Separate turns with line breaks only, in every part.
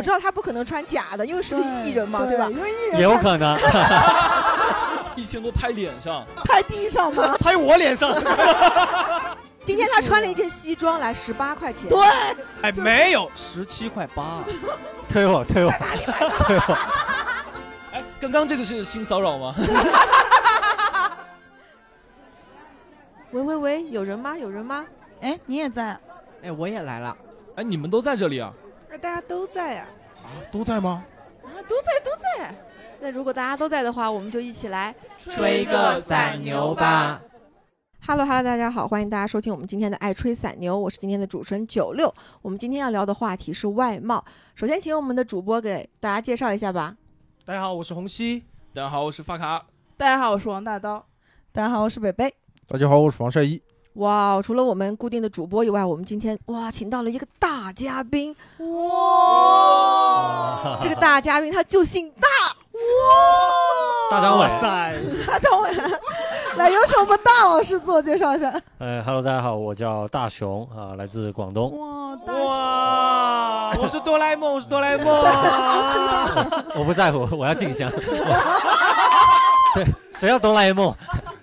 我知道他不可能穿假的，因为是个艺人嘛，对吧？
因
为艺
也有 可能。
疫情都拍脸上，
拍地上 吗？
拍我脸上。
今天他穿了一件西装来，十八块钱。
对，
哎，没有，十七块
啊
八， 推我推 我推我，
哎，刚刚这个是性骚扰吗？
喂喂喂，有人吗？有人吗？
哎，你也在？
哎，我也来了。
哎，你们都在这里啊？
哎大家都在啊。
都在吗？
啊，都在都在。那如果大家都在的话，我们就一起来
吹个散牛吧。
Hello Hello，大家好，欢迎大家收听我们今天的《爱吹散牛》，我是今天的主持人九六。我们今天要聊的话题是外貌。首先，请我们的主播给大家介绍一下吧。
大家好，我是红熙。
大家好，我是发卡。
大家好，我是王大刀。
大家好，我是北北。
大家好，我是防晒衣。
哇哦，除了我们固定的主播以外，我们今天哇请到了一个大嘉 宾。哇，这个大嘉宾他就姓大。哦哇，
大张伟
塞，
大张伟，来有请我们大老师自我介绍一下。
哎哈喽，大家好，我叫大熊啊，来自广东。
哇，我是哆啦 A 梦，我是哆啦 A 梦。
我不在乎，我要静 香。谁谁要哆啦 A 梦？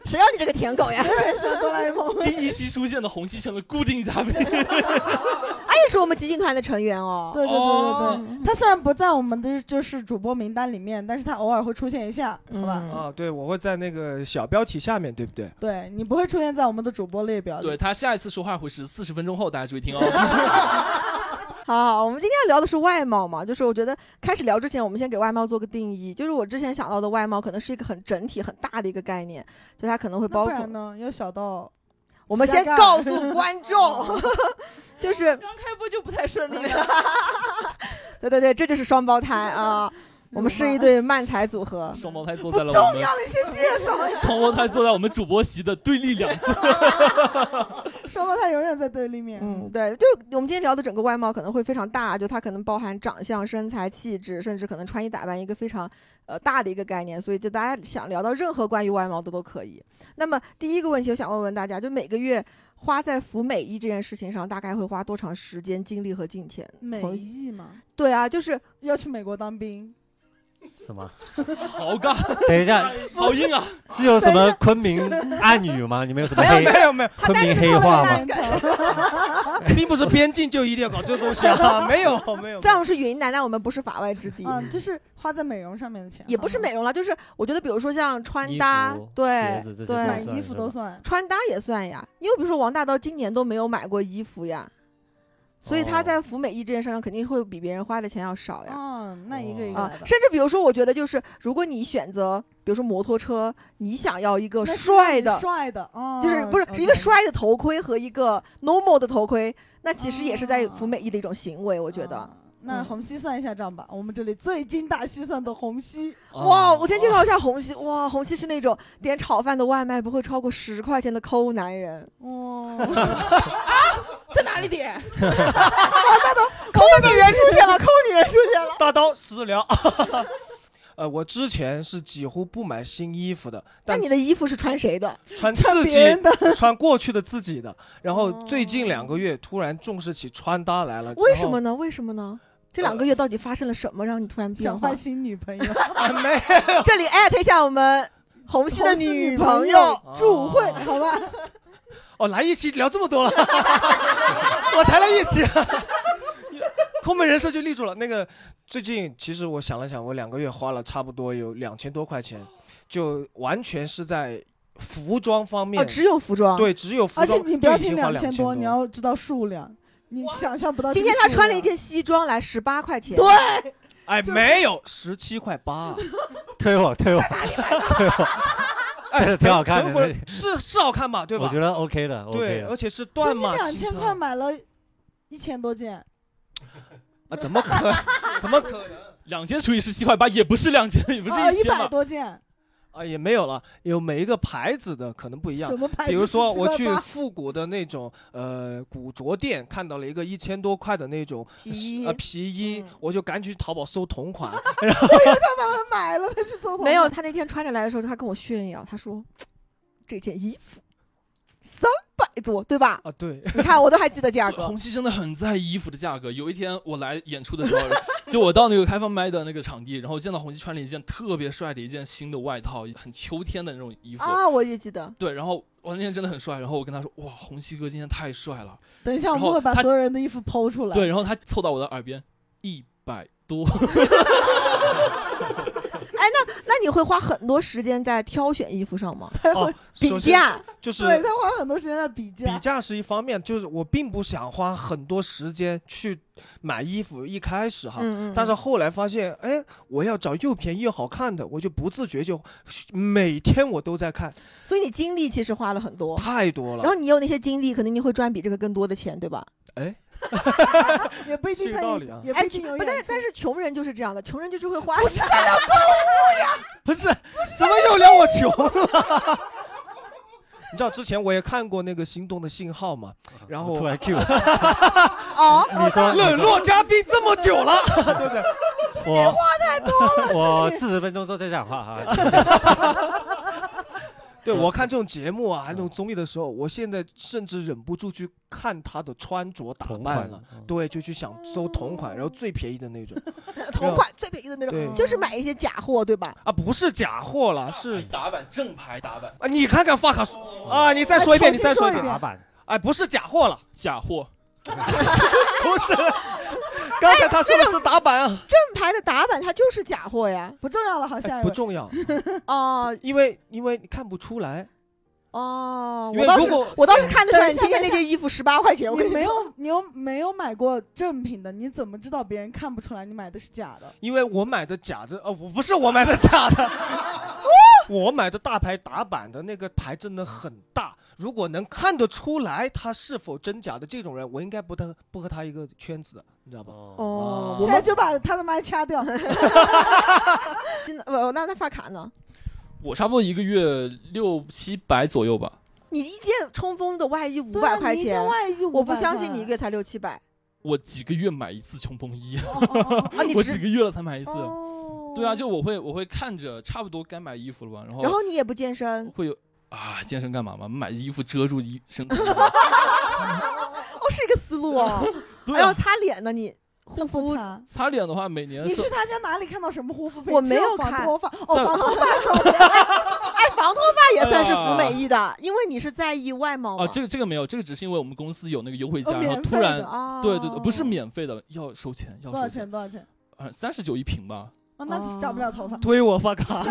谁让你这个舔 狗呀？哎哆啦 A 梦。
第一期出现的红熙成了固定嘉宾，
他也哎是我们集锦团的成员哦。
对对对对对，他虽然不在我们的就是主播名单里面，但是他偶尔会出现一下，好
嗯
吧？
啊，对，我会在那个小标题下面，对不对？
对你不会出现在我们的主播列表里。
对他下一次说话会是四十分钟后，大家注意听哦。
嗯 好好，我们今天要聊的是外貌嘛，就是我觉得开始聊之前，我们先给外貌做个定义。就是我之前想到的外貌，可能是一个很整体、很大的一个概念，就它可能会
那
包
不
括。
然呢？要小到
我们先
膝盖
告诉观众， 就是
刚开播就不太顺利了。
对对对，这就是双胞胎 啊，我们是一对慢才组合。
双胞胎坐
不
在
重
了
要
我们，
了，先介绍一下。
双胞胎坐在我们主播席的对立两侧。
双胞胎永远在对立面。
嗯，对，就我们今天聊的整个外貌可能会非常大，就它可能包含长相、身材、气质，甚至可能穿衣打扮一个非常呃大的一个概念，所以就大家想聊到任何关于外貌的都可以。那么第一个问题，我想问问大家，就每个月花在服美役这件事情上，大概会花多长时间、精力和金钱？
美
红
役嘛，
对啊，就是
要去美国当兵，
什么？
好尬，
等一下，
好硬啊！
是有什么昆明 暗语吗？你们有什么黑
哎没有没有，
昆明黑话吗？
并不是边境就一定要搞这个东西啊，没有没有
虽。然我们是云南，但我们不是法外之地。
嗯，就是花在美容上面的钱，
也不是美容了，就是我觉得，比如说像穿
衣
搭
服，
对
鞋子这些
好
东
吗，买
对
西，
衣服都算。
穿搭也算呀。因为比如说王大刀今年都没有买过衣服呀，所以他
哦
在服美役这件事上肯定会比别人花的钱要少呀。
嗯，那一个一个
啊，
来吧。
甚至比如说，我觉得就是，如果你选择，比如说摩托车，你想要一个
那是
帅的，
帅的，哦
就是不是是一个帅的头盔和一个 normal 的头盔，那其实也是在服美役的一种行为，我觉得。嗯
啊那红熙算一下账吧，我们这里最精打细算的红熙，
哦
哇，我先介绍一下红熙，哇，红熙是那种点炒饭的外卖不会超过十块钱的抠男人。
哦，
在哪里点？
抠女人出 现了，抠女人出现了。
大刀私聊。 呃，我之前是几乎不买新衣服的，
那
但
你的衣服是穿谁的？
穿
穿
自己
别人的，
穿过去的自己的。然后
哦
最近两个月突然重视起穿搭来了，
为什
然后
么？
呃
呢？为什么呢？这两个月到底发生了什么，让你突然变
想
化
换？新女朋友，
啊，没
这里艾特一下我们红熙的
红熙
女
女
朋
朋
友哦
友
祝
祝
慧
慧，
好吧？
哦，来一期聊这么多了， 我才来一期，抠门人设就立住了。那个最近其实我想了想，我两个月花了差不多有两千多块钱，就完全是在服装方面，
哦，只有服装。。
对，只有服
而且
装
你不要
就已
听
经花
两
2000
多，
多，
你要知道数量，你想象不到这
今
个数量。
天她穿了一件西装来，十八块钱。
对，
哎，没有十七块 八，
推我推我，
哎，
挺好看的
等会
那
儿
里
是是好看吧？对
我
吧
觉？得 OK 的，OK 啊
对，而
的。
且是
所以
断
你
码
两
西
千
装
块买了一千多件，
啊？怎么可 怎么可能
两千除以十七块八也不是两千，也不是
啊，
一
一
千
百
嘛。
多件，
啊？也没有了，有每一个牌子的可能不一样
什。么 牌子？
比如说，我去
17.8
复古的那种呃古着店，看到了一个一千多块的那种
皮衣
呃皮衣
嗯，
我就赶紧去淘宝搜 同款。
他买了，他去搜
没有，她那天穿着来的时候，她跟我炫耀，她说：“这件衣服三百多，对吧？
啊， 对，
你看我都还记得价 格
红。旗真的很在意衣服的价格。有一天我来演出的时候， 就我到那个开放麦的那个场地，然后见到红旗穿了一件特别帅的一件新的外套，很秋天的那种衣服。
啊，我也记得，
对，然后我那天真的很帅，然后我跟他说：“哇，红旗哥今天太帅了。
等一下，我
然
们
后
会把
他
所有人的衣服剖出”来。
对，，然后他凑到我的耳边，一百多。
那你会花很多时间在挑选衣服上吗？
哦，
比
首先
价，
就是
对他花很多时间在比
比
价。
价是一方面，就是我并不想花很多时间去买衣服，一开始哈，
嗯嗯，
但是后来发现，哎，我要找又便宜又好看的，我就不自觉就每天我都在看，
所以你精力其实花了很多，
太多
然
了。
后你有那些精力，肯定你会赚比这个更多的钱，对吧？
哎，
也不一定
是个
他
道
有
理啊
也不
哎，
一
其
定有
不
演出。
但但是穷人就是这样的，穷人就是会花。
不是，怎么又聊我穷了？ 你知道之前我也看过那个《心动的信号》嘛，然后
突然 Q，
哦，
你说
冷落嘉宾这么久 了，对不对？
我话太多了，我四十分钟都在讲话哈。
对我看这种节目啊，还有那种综艺的时候，我现在甚至忍不住去看他的穿着打
同
扮
款
了。，
嗯
对，就去想搜同款，然后最便宜的那种
同款最便宜的那
对
种，就是买一些假货，对吧？
啊，不是假货
哎
了，是
打版正牌打版
啊，你看看发卡叔啊，你再说一遍，
重新
你再说一
说一
遍，
遍
哦打板，
哎，不是假 货了，
假货，
不是，刚才他说的是打版啊，
正牌的打版它就是假货呀。
不重要了，好下
哎
一
不
位。
重要，
哦
因为因为你看不出来，
哦，
因
我
为
倒
如
是
果
我倒是看得出来，
等一
你
下
今天那件衣服十八块钱，我跟
你
你
没
说
有，你又没有买过正品的，你怎么知道别人看不出来你买的是假的？
因为我买的假的，哦，我不是我买的假的， 我买的大牌打版的那个牌真的很大，如果能看得出来它是否真假的这种人，我应该不太不和他一个圈子的，你知道吧？
哦
哦，
我
现
们
在就把他的麦掐掉。
真的，呃那那发卡呢？
我差不多一个月六七百左右吧。
你一件冲锋的外衣五
对
百
啊
块
你一件
钱，
外衣
我
500
不相信
块
你一个月才六七百
我几个月买一次冲锋衣，
哦哦哦啊！你
我几
只
个月了才买一 次。
哦
对啊，就我会我会看着差不多该买衣服了吧，然后
然后你也不健身，
会有啊健身干嘛嘛？买衣服遮住衣身材。
哦，是一个思路哦。
对
还要
啊，
擦脸呢，你护
护肤
肤。
茶。
擦脸的话，每年
你
是
去他家哪里看到什么护肤品？
我没有
只防
看
脱发哦，
在
防脱发
哎，防脱发也算是服美役的，因为你是在意外貌嘛。
啊啊，这个这个没有，这个只是因为我们公司有那个优惠
哦
价，然后
免
突
费
然
的
哦
对对对，不是免费的，要收钱，要
多少
收钱，
钱？多少钱？
啊，三十九一瓶吧，
哦，那你长不了头发。
推我发卡，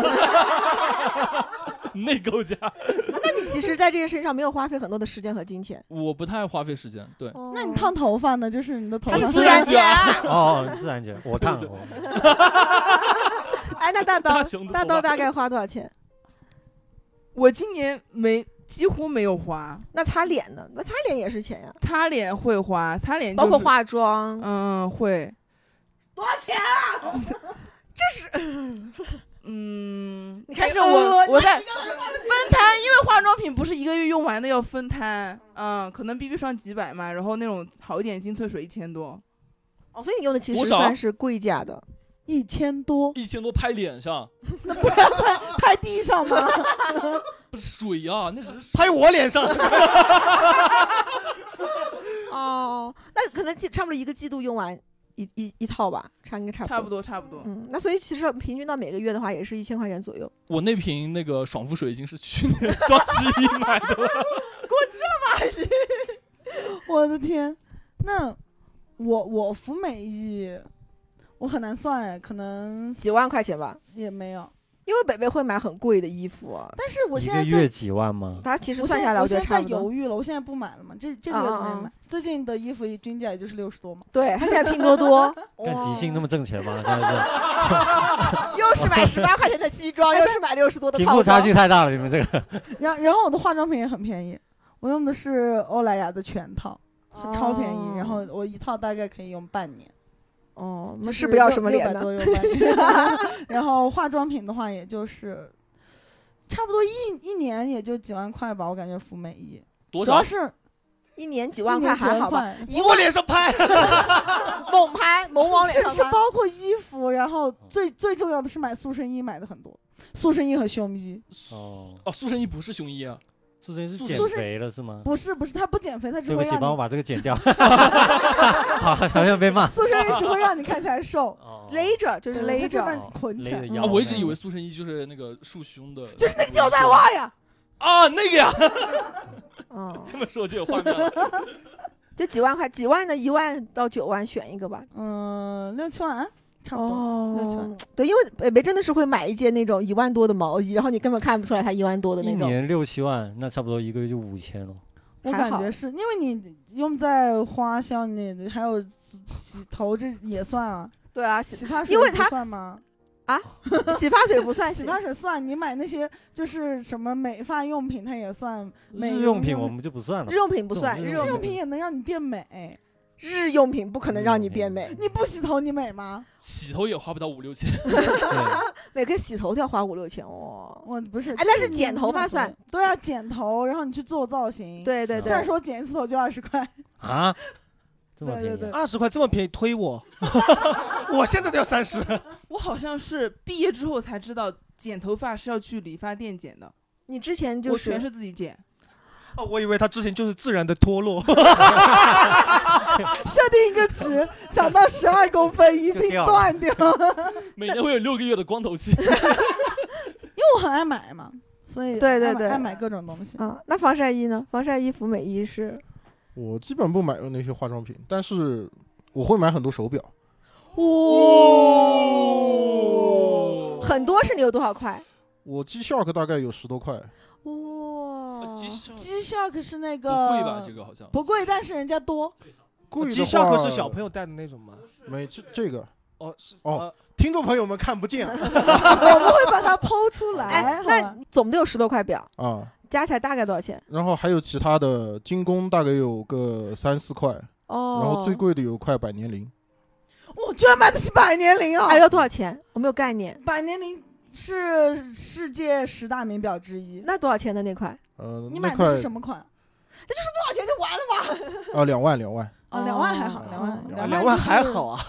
内购价，
其实在这些身上没有花费很多的时间和金钱。
我不太花费时间，对，
哦
那你烫头发呢？就是你的头
它
发
是啊
我
自
自
然
然
卷
卷。
哦，自然卷， 我烫过，
哎，那大刀
大熊的头
大
发
刀大概花多少钱？
我今年没几乎没有花，
那擦脸呢？那擦脸也是钱呀，
擦脸会花，擦脸、
哎包括，化妆。
嗯，会，
多少钱？
嗯，
你看
但是
呃
我我
你
在分摊，因为化妆品不是一个月用完的，要分摊，嗯，可能 BB 霜几百嘛，然后那种好一点精粹水一千多，
哦，所以你用的其实
多少
算是贵价的。
一千多，
一千多拍脸上，
拍地上吗？
不是水啊，那只是水
拍我脸上，
哦，那可能就差不多一个季度用完一一一套吧，差应该差不多。
差不多差不多。
嗯，那所以其实平均到每个月的话，也是一千块钱左右。
我那瓶那个爽肤水已经是去 年双十一买的了，
我的天，那我我服美役，我很难算哎，可能
几万块钱吧，
也没有。
因为北北会买很贵的衣服啊，
但是我
一
现在
个
在
月，几万吗？
他其实
我
算
现
下
在
来，
我
觉
现
得
在
差
在
不多。
犹豫了，我现在不买了嘛，这这个月就
啊啊
没
啊
买。最近的衣服一均价也就是六十多嘛。
对他现在拼多 多，
干即兴那么挣钱吗？真的是
哦又是买十八块钱的西装， 又是买六十多的
贫
套
富差
装。
距太大了，你们这个。
然后然后我的化妆品也很便宜，我用的是欧莱雅的全套，
哦
超便宜。然后我一套大概可以用半年，
哦，我
就
们是不要
六
什么
六
脸
百
的
多用半 年然后化妆品的话，也就是差不多一一年也就几万块吧，我感觉服美役。
多
主
少
要？是
一年几
一
万
年
块
几
还好吧？
块
一
我
万
脸上拍，
猛拍，猛往脸
是
上
是
拍。
哦
包括衣服，然后
嗯
最最重要的是买塑身衣，买的很多，塑身衣和胸衣。
哦，
哦，塑身衣不是胸衣啊，
苏神是
苏
减
苏神
肥了是吗？
不是不是，他不减肥，他只
对不
会
起，帮
让
我
你，
把这个 剪掉。好，好像被骂。
苏神只 会让你看起来瘦，
哦
勒着就是
对
勒
他就把
着，
你捆起
勒
来嗯
着。腰
啊，我一直以为苏神医就是那个束胸的，
就是那个吊带袜呀，
啊，那个呀，
嗯，
这么说就有画面了。
就几万块，几万的一万到九万选一个吧。
嗯，六七万差不多。那就
哦，对，因为北北真的是会买一件那种一万多的毛衣，然后你根本看不出来它一万多的
一
那种。
年六七万，那差不多一个月就五千了。
我
还
感
好
觉是因为你用在花销内的，还有洗头这也算啊，
对啊，洗
洗发水
因为
不
它
算吗？
洗发水不算
洗
洗
发水算，你买那些就是什么美发用品，它也算，美
日
容
用品
用
我们就不算了
日。用品不
这种
算，
这
日
种
用
日用
品
品也能让你变美。
日用品不可能让你
嗯
变美，
你不洗头你美吗？
洗头也花不到五六千，
对
每个洗头就要花五六千哦。
我不是，
哎但
就是
剪
你
头发
无所谓
算，
对啊，剪头，然后你去做造型，，
对对
虽
对
然，说剪一次头就二十块，
啊，这么
对
便
对
宜啊
对，
二十块这么便宜，推我， 我现在都要三十。 啊
我好像是毕业之后才知道剪头发是要去理发店剪的，
你之前就
我全
是
是自己剪。
啊我以为他之前就是自然的脱落，
设定一个值，长到十二公分一
就
定
掉了
断掉。
每年会有六个月的光 头期。
我很爱买嘛，所以
对对
爱买
对
爱买各种东西。
啊，那防晒衣呢？防晒衣、服美衣是
我基本不买那些化妆品，但是我会买很多手表。
哦，很多是你有多少块？
我 G Shock 大概有十多块，
哇，
绩呃效
G Shock 是那
不
个
贵吧？这个好像
不贵，但是人家多。
贵
绩
的
效
话
课是小朋友戴的那种吗？
没这这个，
哦，是
哦，听众朋友们看不见啊
我们会把它剖出来
哎，，
好
那
吧？
总得有十多块表，
啊。
加起来大概多少钱？
然后还有其他的，精工大概有个三四块，
哦，
然后最贵的有块百年灵，
我居然买得起百年灵啊！
哎要多少钱？我没有概念。
百年灵是世界十大名表之一。
那多少钱的那块？
呃，
你
那
买
块
的是什么款？
多少钱就完了吧？
啊，两万两万，
哦，两万还好，
哦
两万，
啊
两
两万
就是
还好。 啊。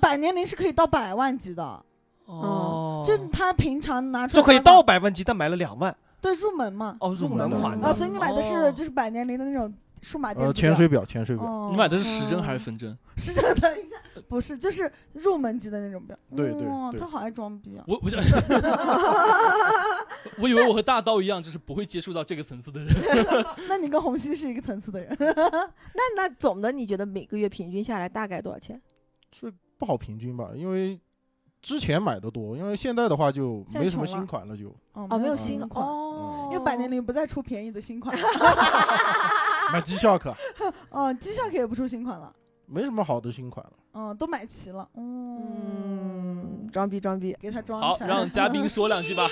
百年灵是可以到百万级的，
哦
就是他平常拿出来
就可以
当
到百万级，但买了两万
对入门嘛。
哦，入门
门款
款
的
啊，所以你买的是
哦
就是百年灵的那种数码电
呃，
子
潜
表。
水表潜水表，
哦
你买的是时针还是分针？
是真的？等一下，不是，就是入门级的那种表。
对对
哇，
对
他好爱装逼啊！
我我我以为我和大刀一样，就是不会接触到这个层次的人。
那你跟红熙是一个层次的人。
那那总的你觉得每个月平均下来大概多少钱？
这不好平均吧？因为之前买的多，因为现在的话就
现在
没什么
穷了
新款了，就
哦
哦，没有
新
新款
款，
哦
因为百年灵不再出便宜的新款了。
买 G Shock，啊
哦，g Shock 也不出新款了。
没什么好的新款了。
嗯，都买齐了。嗯
嗯，，装逼装逼。
给他装
好，
起来。
让嘉宾说两句吧。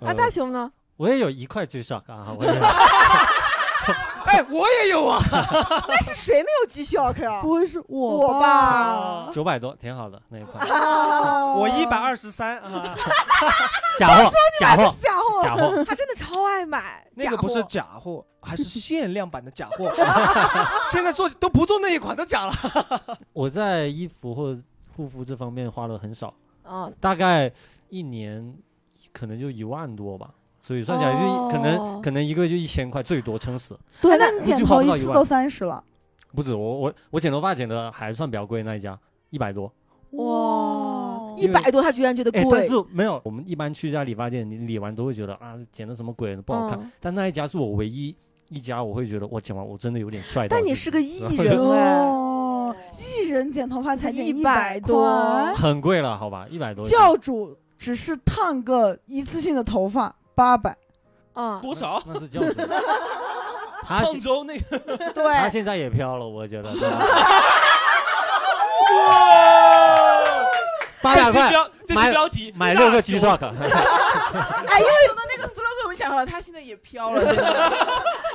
那
呃
大熊呢？
我也有一块 G Shock 啊， 我也有
哎，我也有啊，
但是谁没有 G Shock 啊？
不会是我
我吧
吧？
啊
九百多，挺好的那一块，
啊
我一百。二十三啊，
假货，假货，
吓我！
假货，
他真的超爱买，
那个
假
不是
货
假货，还是限量版的假货， 现在做都不做那一款的假了。
我在衣服或护肤这方面花的很少，
嗯，
大概一年可能就一万多吧，所以算起来就
哦
一可能可能一个月就一千块，最多撑死。
对，
哎那
哎那
你
那
剪
就
头
花不到
一
一
次
万
都三十了。
不止我我我剪头发剪的还算比较贵那一家，一百多。
哇，一
因为
百多他居然觉得
哎，但
贵
是，没有，我们一般去一家理发店，你理完都会觉得啊，剪的什么鬼，不好看。
嗯
但那一家是我唯一一家，我会觉得我剪完我真的有点帅到自己。
但你是个艺
然后
人哎，
哦，一人剪头发
才
才剪
100
100
多
块
很贵了，好吧，一百多。
教主只是烫个一次性的头发八百，
嗯，
多少？
那是教 主。他
上
现
周那个
他
对，
现在也飘了，我 觉得。八百块
这期标，这期
买
标题
买六个 G
橘
Shock，
哎，因为
说的那个 slogan 我想到了，他现在也飘了，真的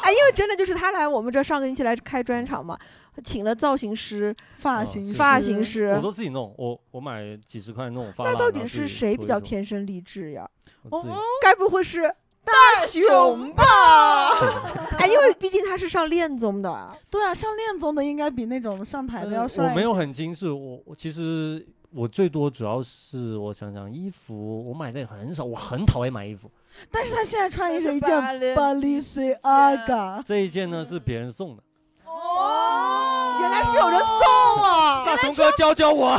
哎，因为真的就是他来我们这儿上个星期来开专场嘛，他请了造型师、
发型
哦是
师
发型，师
我，都自己弄，我我买几十块那种发蜡。
那到底
然后自
是
己
谁
搓
比
一
较哦
搓？
天生丽质呀？
我自己
该不会是大
熊
吧？哎，因为毕竟他是上恋综的啊，
对啊，上恋综的应该比那种上台的要
但是
帅一些。
我没有很精致，我我其实我最多主要是我想想，衣服我买的也很少，我很讨厌买衣服。
但是他现在穿的是一件
巴黎
Balenciaga，
这一件呢是别人 送的，
哦
原来是有人送啊！
大熊哥教教我，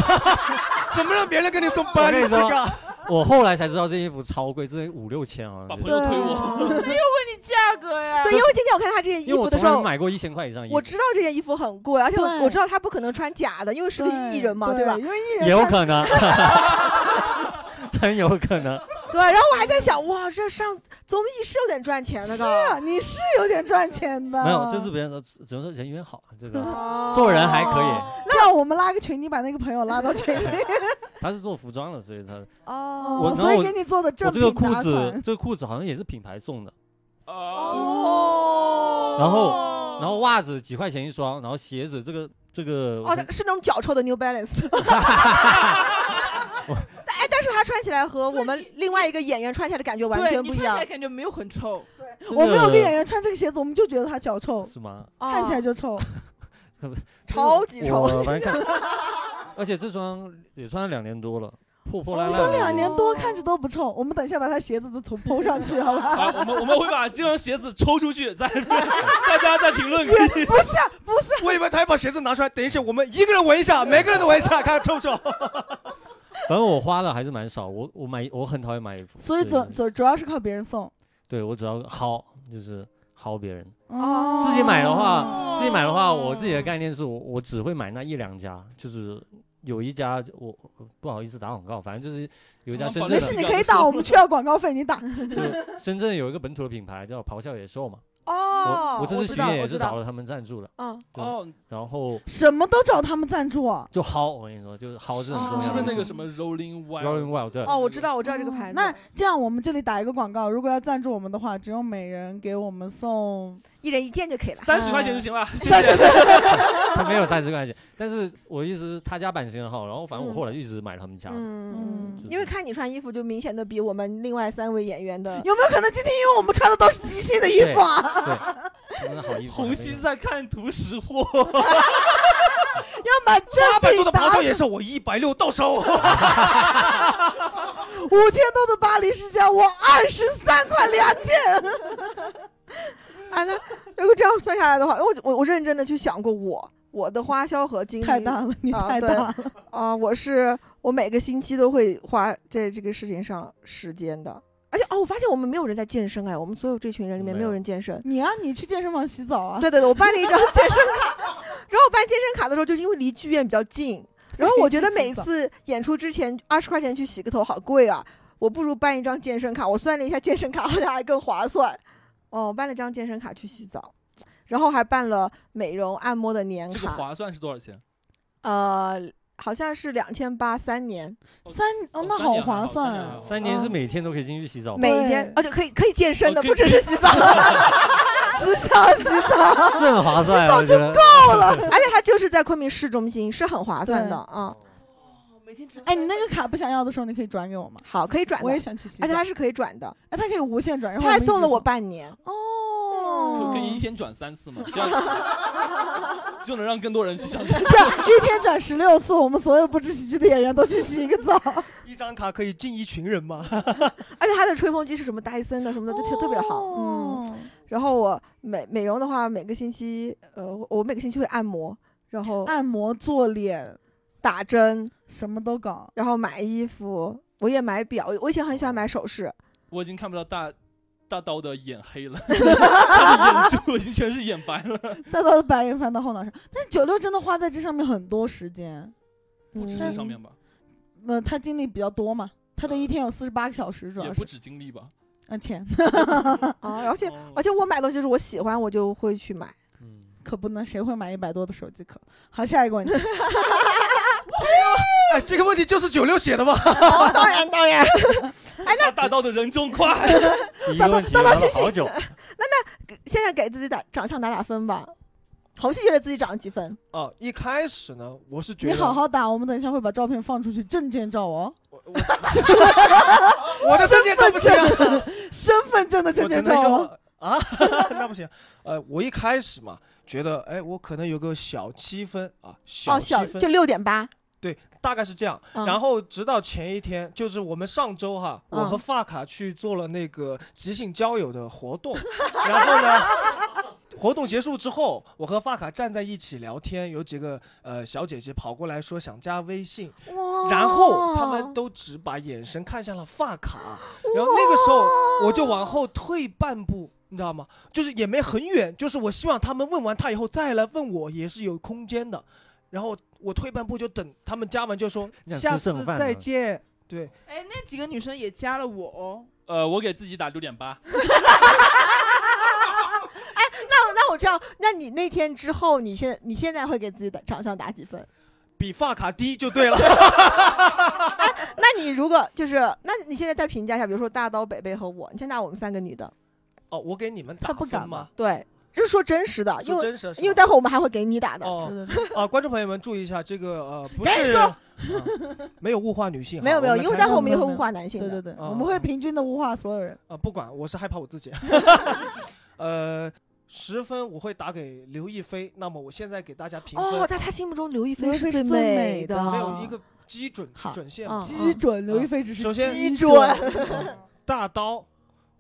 怎么让别人给 你送巴黎世家？
我后来才知道这衣服超贵，这五六千好
把
像
朋
是。
友
对
推
啊
我，
你价格呀，
对，因为今天我看他这件衣
因为
服
我
的
从
时
来没
候，
买过一千块以上的衣服，
我知道这件衣服很贵，而且我
对
我知道他不可能穿假的，因为是个艺人嘛，
对
对吧？
因为艺人
也有
穿
可 能， 很有可能。
对，然后我还在想，哇，这上综艺是有点赚钱的
是
个，
啊你是有点赚钱
嗯
的。
没有，这是别人说，只能说人缘好，这个
哦
做人还可 以。
叫我们拉个群，你把那个朋友拉到群里。
他是做服装的，所以他
哦
我，
所以
我
给你做的
我
正
这
品
个裤
打
子
款，
这个裤子好像也是品牌送的，
嗯
啊
哦
然后然后袜子几块钱一双，然后鞋子这个这个我
哦，他是那种脚臭的 New Balance。哎，但是他穿起来和我们另外一个演员穿起来的感觉完
对
全
你
不
穿
一
起来
样，
感觉没有很臭，
真
我们有
的
哦个演员穿这个鞋子，我们就觉得他脚臭，
是吗？
哦
看起来就 臭。
超级臭。
我反正看， 而且这双也穿了两年多了，破破烂
你
烂。
说两年多看着都不臭，我们等一下把他鞋子的图 po 上去，好 吧？
啊，我们我们会把这双鞋子抽出去，在大家在评论区。
不是不是，
我以为他要把鞋子拿出来，等一下我们一个人闻一 下，每个人都闻一下，看看臭 不臭。
反正我花了还是蛮少，我我买我很讨厌买衣服，
所以
对
主主主要是靠别人送。
对我主要薅就是薅别人。
哦
自己买的
哦
话，自己买的话，我自己的概念是我我只会买那一两家，就是有一家我我不好意思打广告，反正就是有一家深
好
圳
没
没
事，
事
你
你
的，
可
可
以
以
打，
打
我
我
们
们
去要广告费，你打。
就是深圳有一个本土的品牌叫咆哮野兽嘛，
哦
我，我这次
知
巡
道
演也
我
是
知
找
道，
了他们赞助了，
嗯，
对
哦，
然后
什么都找他们赞助啊？
就薅，我跟你说，就是薅是很重要的，
是不是那个什么 Rolling
Rolling
Wild？
Wild 对，
哦，我知道，我知道这个
哦
牌子。
那这样，我们这里打一个广告，如果要赞助我们的话，只用每人给我们送
一人一件就可以了。
三十块钱就行了，谢
三
谢。
他没有三十块钱，但是我意思是他家版型好，然后反正我后来一直买他们家的，
嗯
嗯，
因为看你穿衣服，就明显的比我们另外三位演员
呃
的
有没有可能今天因为我们穿的都是极限的衣服啊？
真的好衣服。
红熙在看图识货，
要买正
八百
品
多的
打
咆哮野兽，我一百六到 手。
五千多的巴黎世家，我二十三块两件。
啊，那如果这样算下来的话，我我我认真的去想过我我的花销和经历
太大了，你
啊
太
对
大了。
啊、我是我每个星期都会花在这个事情上时间的。而且哦，我发现我们没有人在健身哎，我们所有这群人里面
没
没有
有
人健身。
你啊，你去健身房洗澡啊？
对对对，我办了一张健身卡，然后我办健身卡的时候，就是因为离剧院比较 近，然后我觉得每次演出之前二十块钱去洗个头好贵啊，我不如办一张健身卡。我算了一下健身卡好像还更划算，哦，办了张健身卡去洗澡，然后还办了美容按摩的年
这个
卡，
划算是多少钱？
呃，好像是两千八三年，
三哦那好划算啊
啊！
三
年
年是每天都可以进去洗澡吗，
每天
对
而且可以可以健身的，
哦哦可以
不只是洗 澡，
只想洗 澡。
是很划算啊，我觉得。
而且它就是在昆明市中心，是很划算的啊。
每天只能
哎，你那个卡不想要的时候，你可以转给我吗？
好，可以转的
我也，想去洗
而
澡
且。它是可以转的，
哎，他可以无限转，然后
他还
们一
送
直
了我半年。
哦，
可以一天转三次嘛，这样就能让更多人去享受。
这一天转十六次，我们所有不知喜剧的演员都去洗一个澡。
一张卡可以进一群人吗？
而且它的吹风机是什么戴森的什么的，就特特别好。嗯，
哦，
然后我美美容的话，每个星期呃，我我每个星期会按摩，然后
按摩、做脸，
打针，
什么都搞。
然后买衣服，我也买表。我以前很喜欢买首饰，
我已经看不到大大刀的眼黑了，他的眼珠已经全是眼白了。
大刀的白人翻到后脑勺，但是九六真的花在这上面很多时间。
不止这上面吧，
呃，他精力比较多嘛，他的一
嗯
天有四十八个小时，主
也
要
不
是
止经历吧。
啊钱，嗯
啊，而且
哦
而且我买东西就是我喜欢，我就会去买。
嗯
可不能，谁会买一百多的手机壳？好，下一个问题，
哎，这个问题就是九六写的吧？
当然当然，
下大刀的人中快，
第一个问题聊了好久，
现在给自己打长相打打分吧。红熙觉得自己长了几分？
哦，一开始呢，我是 觉
你
得
好好打，我们等一下会把照片放出去，证件照哦，
我 我我的证件照不行，啊
身份 证的证
我只
件
能
照
用
哦。
啊， 那不行。呃，我一开始嘛，觉得哎，我可能有个小七分啊，
哦，
小七
小
分
就，六点八，
对，大概是这样。
嗯
然后直到前一天，就是我们上周哈，
嗯
我和发卡去做了那个即兴交友的活动， 然后呢。活动结束之后，我和发卡站在一起聊天，有几个呃小姐姐跑过来说想加微信，然后他
哦
们都只把眼神看向了发卡，然后那个时候我就往后退半步，你知道吗？就是也没很远，就是我希望他们问完他以后再来问我，也是有空间的。然后我退半步就等他们加完就说
你想吃
下
剩
次
饭
再
吗
见。对，
哎，那几个女生也加了我哦。
呃，我给自己打六点八，
那我那我知道，那你那天之后，你现你现在会给自己的长相打几分？
比发卡低就对了。
那你如果就是，那你现在再评价一下，比如说大刀、北北和我，你先拿我们三个女的，
哦，我给你们打
他不
分
敢
吗？
对，这是说真实的，因
就
为
真实是
因为
吧
待会儿我们还会给你打的。
哦
对对
啊，观众朋友们注意一下，这个呃不
赶紧
是、
说
啊没有物化女性哈，
没有没有，
我们
因为
开
待
始
会儿我们也会
没有
物化男性
对
的。
对对，
嗯
我们会平均的物化所有人。
啊，不管，我是害怕 我自己。呃，十分我会打给刘亦菲，那么我现在给大家评分，
哦，在他心目中刘亦菲
刘亦
是
菲是最
美
美的
没有一个基准
好
准线。
嗯
基准刘亦菲只是
哦首先
基
准
嗯大刀，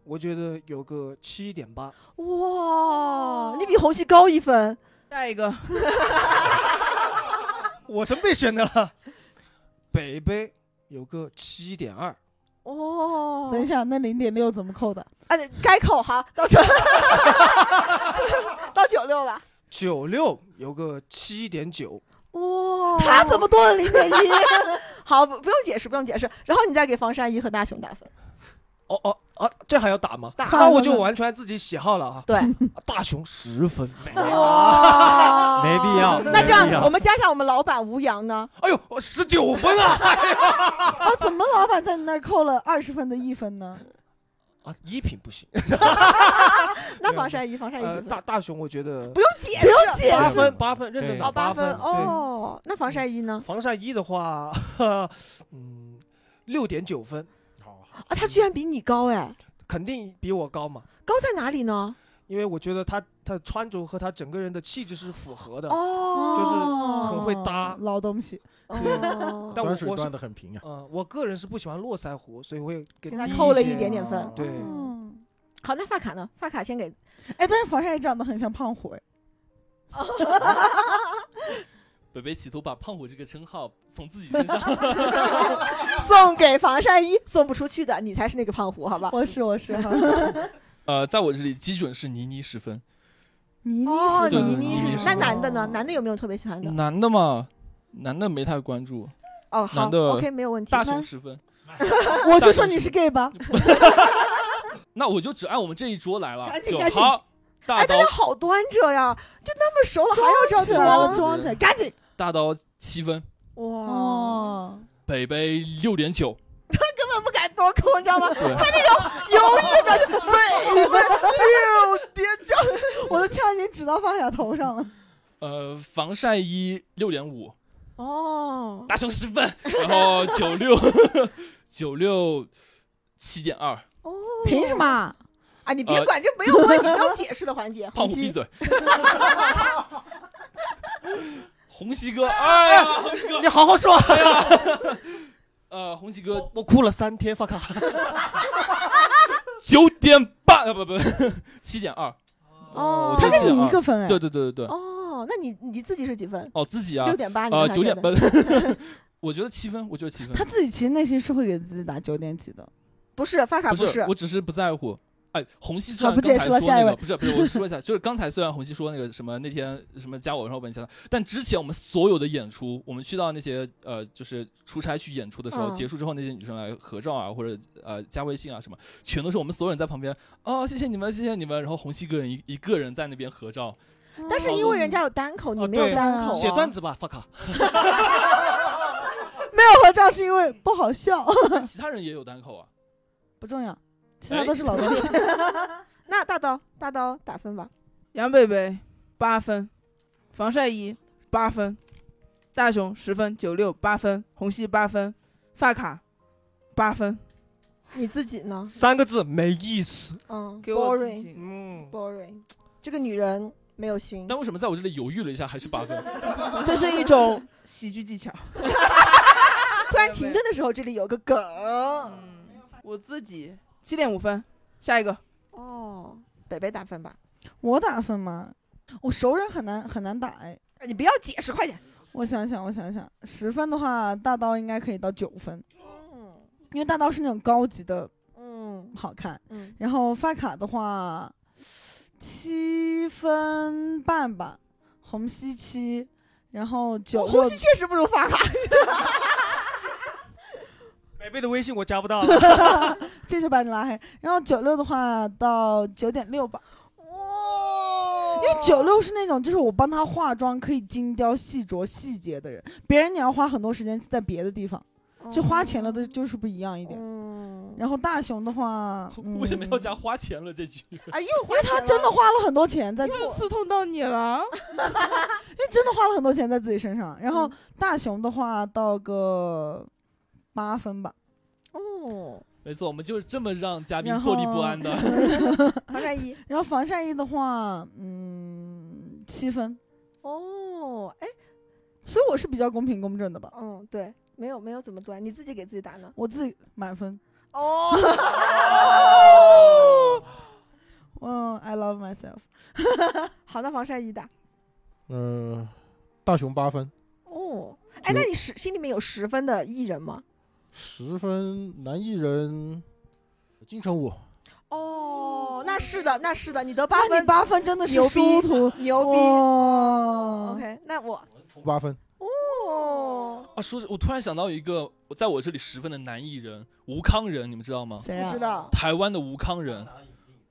我觉得有个七点八。
哇，你比红旗高一分。
下一个，
我成备选的了。北北有个七点二，
哦，
等一下，那零点六怎么扣的？
啊，该扣哈，到这， 到九六了。
九六有个七点九，
哇，
他怎么多了零点一？
好？不不用解释，不用解释。然后你再给房山一和大熊打分。
哦哦啊，这还要打吗？
打嗯
那我就完全按自己喜好了啊。
对，
大熊十分。
哇，
没必要
那这
没必
样，
要
我们加上我们老板吴阳呢？
哎呦，十九 分啊！
啊，怎么老板在你那儿扣了二十分的一分呢？
啊，一品不行。
那房山一，房山一
呃，
几
大
分？
大熊我觉得
不用解释，不用解
八
释
分八分，认真
对
打
哦，八分
分。对，
哦。那防晒衣呢？
防晒衣的话， 嗯，六点九分，
好，好
啊，他居然比你高哎，
肯定比我高嘛。
高在哪里呢？
因为我觉得他他穿着和他整个人的气质是符合的。
哦，
很会搭
老东西。
哦，
但我
端水
我是
端的很平啊呀。
嗯，我个人是不喜欢络腮胡，所以我会给
给他
低
扣了
些
一点点分。哦
对
嗯，
好，那发卡呢？发卡先给
哎，但是防晒长得很像胖虎哎。
北北企图把胖虎这个称号从自己身上
送给防晒衣，送不出去的，你才是那个胖虎，好吧？
我是我是 哈，
呃，在我这里基准是倪妮十分，
倪妮
哦，
是哦
对
吗
倪
对
妮
倪妮
是
是
那男的呢？男的有没有特别喜欢的？
男的嘛，男的没太关注，
哦，好
男的
，OK，没有问题。
大熊十分，
啊我就说你是 gay 吧，
那我就只按我们这一桌来了
赶，紧
九
赶紧
号大
哎，大
刀
家好端着呀，就那么熟了还要
起
这
来了，
样
装起来，赶紧。
大刀七分，
多？哇，
哦，
北北六点九，
根本不敢多扣，你知道吗？
对，
犹豫表情，美们六点九，
我都差点指到发小头 上了。
呃，防晒衣六点五，
哦，
大熊十分，然后九六 九六七点二，
哦，
凭什？么？
啊，你别
呃
管，这没有问题，没有解释的环节。红
胖虎闭
心
嘴。红旗哥，哎呀，红旗哥，哎
你好好说，
呃，红旗哥
我我哭了三天，发卡。
九点八，呃，不不，七点二，
哦
我
他
对
给你
7.2
一个分哎，
对对对对对，
哦，那你你自己是几分？
哦，自己啊
六，点八，你
呃，
刚才
九
给
点
的
八， 我觉得七分，我觉得七分
他，自己其实内心是会给自己打九点几的。
不是发卡
不
不是，
我只是不在乎。哎，红西虽然
好不
刚
解
才
释
说
了下
那
一
个，
位
不是不是，我说一下，就是刚才虽然红西说那个什么那天什么加我，然后把你加到，但之前我们所有的演出，我们去到那些呃就是出差去演出的时候，
嗯
结束之后那些女生来合照啊，或者呃加微信啊什么，全都是我们所有人在旁边，哦谢谢你们谢谢你们，然后红西一个人一一个人在那边合照，
但是因为人家有单口，你
哦
没有
对
单口啊。
写段子吧，发卡。
没有合照是因为不好笑，
但其他人也有单口啊，哎
不重要， 其他都是老东 西。
那大刀大刀打分吧。
杨贝贝八分，防晒衣八分，大熊十分，九六八分，红系八分，发卡八分，
你自己呢？
三个字没意思。
嗯
给我自
boring
己。
嗯，
boring，这个女人没有心。
但为什么在我这里犹豫了一下，还是八分？
这是一种喜剧技巧。
突然停顿的时候，这里有个梗。
我自己七点五分，下一个
哦，北北打分吧，
我打分吗？我熟人很难很难打哎。
你不要解释，快点。
我想想，我想想，十分的话，大刀应该可以到九分，
嗯
因为大刀是那种高级的
嗯
好看。
嗯，
然后发卡的话，七分半吧，虹吸七，然后九
哦红
六
西确实不如发卡。
北北的微信我加不到了，
这就把你拉黑。然后九六的话到九点六吧，
哇，
因为九六是那种就是我帮他化妆可以精雕细琢细节的人，别人你要花很多时间在别的地方，就花钱了的就是不一样一点。
嗯，
然后大熊的 话，
为什么要
嗯
加花钱了这句？
哎呦，
因为他真的花了很多钱在做，
又刺痛到你了。
因为真的花了很多钱在自己身上。然后
嗯
大熊的话到个八分吧，
哦，
没错，我们就是这么让嘉宾
然
坐立不
后
安的。
防晒衣。
然后防晒衣的话，嗯，七分。
哦，哎，
所以我是比较公平公正的吧，
嗯，对，没有没有怎么端，你自己给自己打呢？
我自己满分。
哦，
嗯，I love myself。
好，那防晒衣打。
呃，大熊八分，
哦，哎，那你十心里面有十分的艺人吗？
十分男艺人金城武，
哦，那是的，那是的，你得八
那
分
你，八分真的是
牛逼
殊途，
牛逼。
哇
OK，那我
八分。
哦，
啊，说着我突然想到一个我在我这里十分的男艺人吴康仁，你们知道吗？
谁
不
啊
知？道
台湾的吴康仁，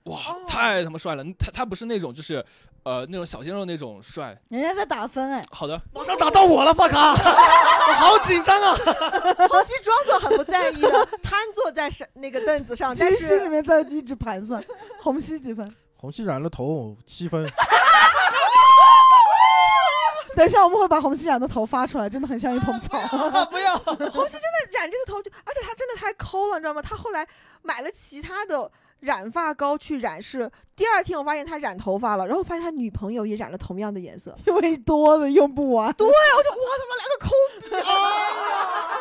哇
哦，
太他妈帅了！他他不是那种就是呃那种小鲜肉那种帅。
人家在打分哎，
好的，
马上打到我了，发卡， 我好紧张啊！
红西装作很不在意的瘫坐在是那个凳子上，
其
但
实心里
是
面在一直盘算，红熙几分？
红熙染了头七 分，
等一下我们会把红熙染的头发出来，真的很像一捧草。
啊，不要，
红西真的染这个头就，而且他真的太抠了，你知道吗？他后来买了其他的染发膏去染饰，第二天我发现他染头发了，然后发现他女朋友也染了同样的颜色，
因为多的用不完，
我就哇，他妈来个抠逼！哎呀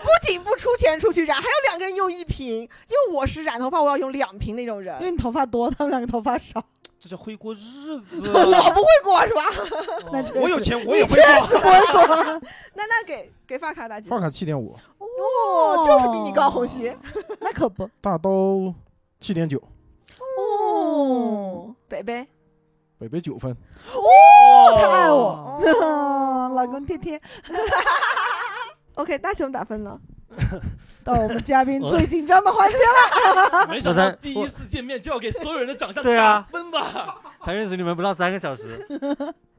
不仅不出钱出去染，还要两个人用一瓶，因为我是染头发，我要用两瓶那种
因
人。
为你头发多，他们两个头 发少。
这叫会过日子。
我不会过是吧？
那这个
我有
是
钱，我
你
也
确
会过。
实 不会过，
那那给给发卡打 几
发
分？
卡七点五，
哦，就是比你高，红旗。
那可不。
大刀七点九，
哦，北北，
北北九分，
哦，他爱 我，
哦
老公贴贴。
OK，大熊打分呢？
到我们嘉宾最紧张的环节
哦
了，
啊
没想
我
到
才
第一
我
次见面就要给所有人的长相
对
打
啊
分吧。
才认识你们不到三个小时，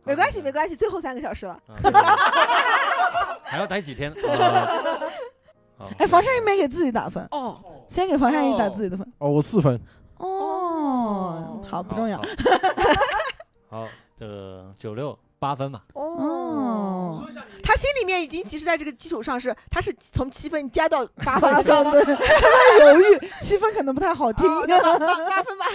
没关系，没关系，最后三个小时了。
啊对对对还要待几天？啊好
哎，防晒衣没给自己打分，
哦，
先给防晒衣打自己的分。
哦，我四分，
哦，好，不重要。。
好好，这个九六八分吧。
哦，
哦，
他心里面已经其实在这个基础上是，他是从七 分加到八分
八
的，
分对，他在犹豫，气氛可能不太好听。哦
八分吧。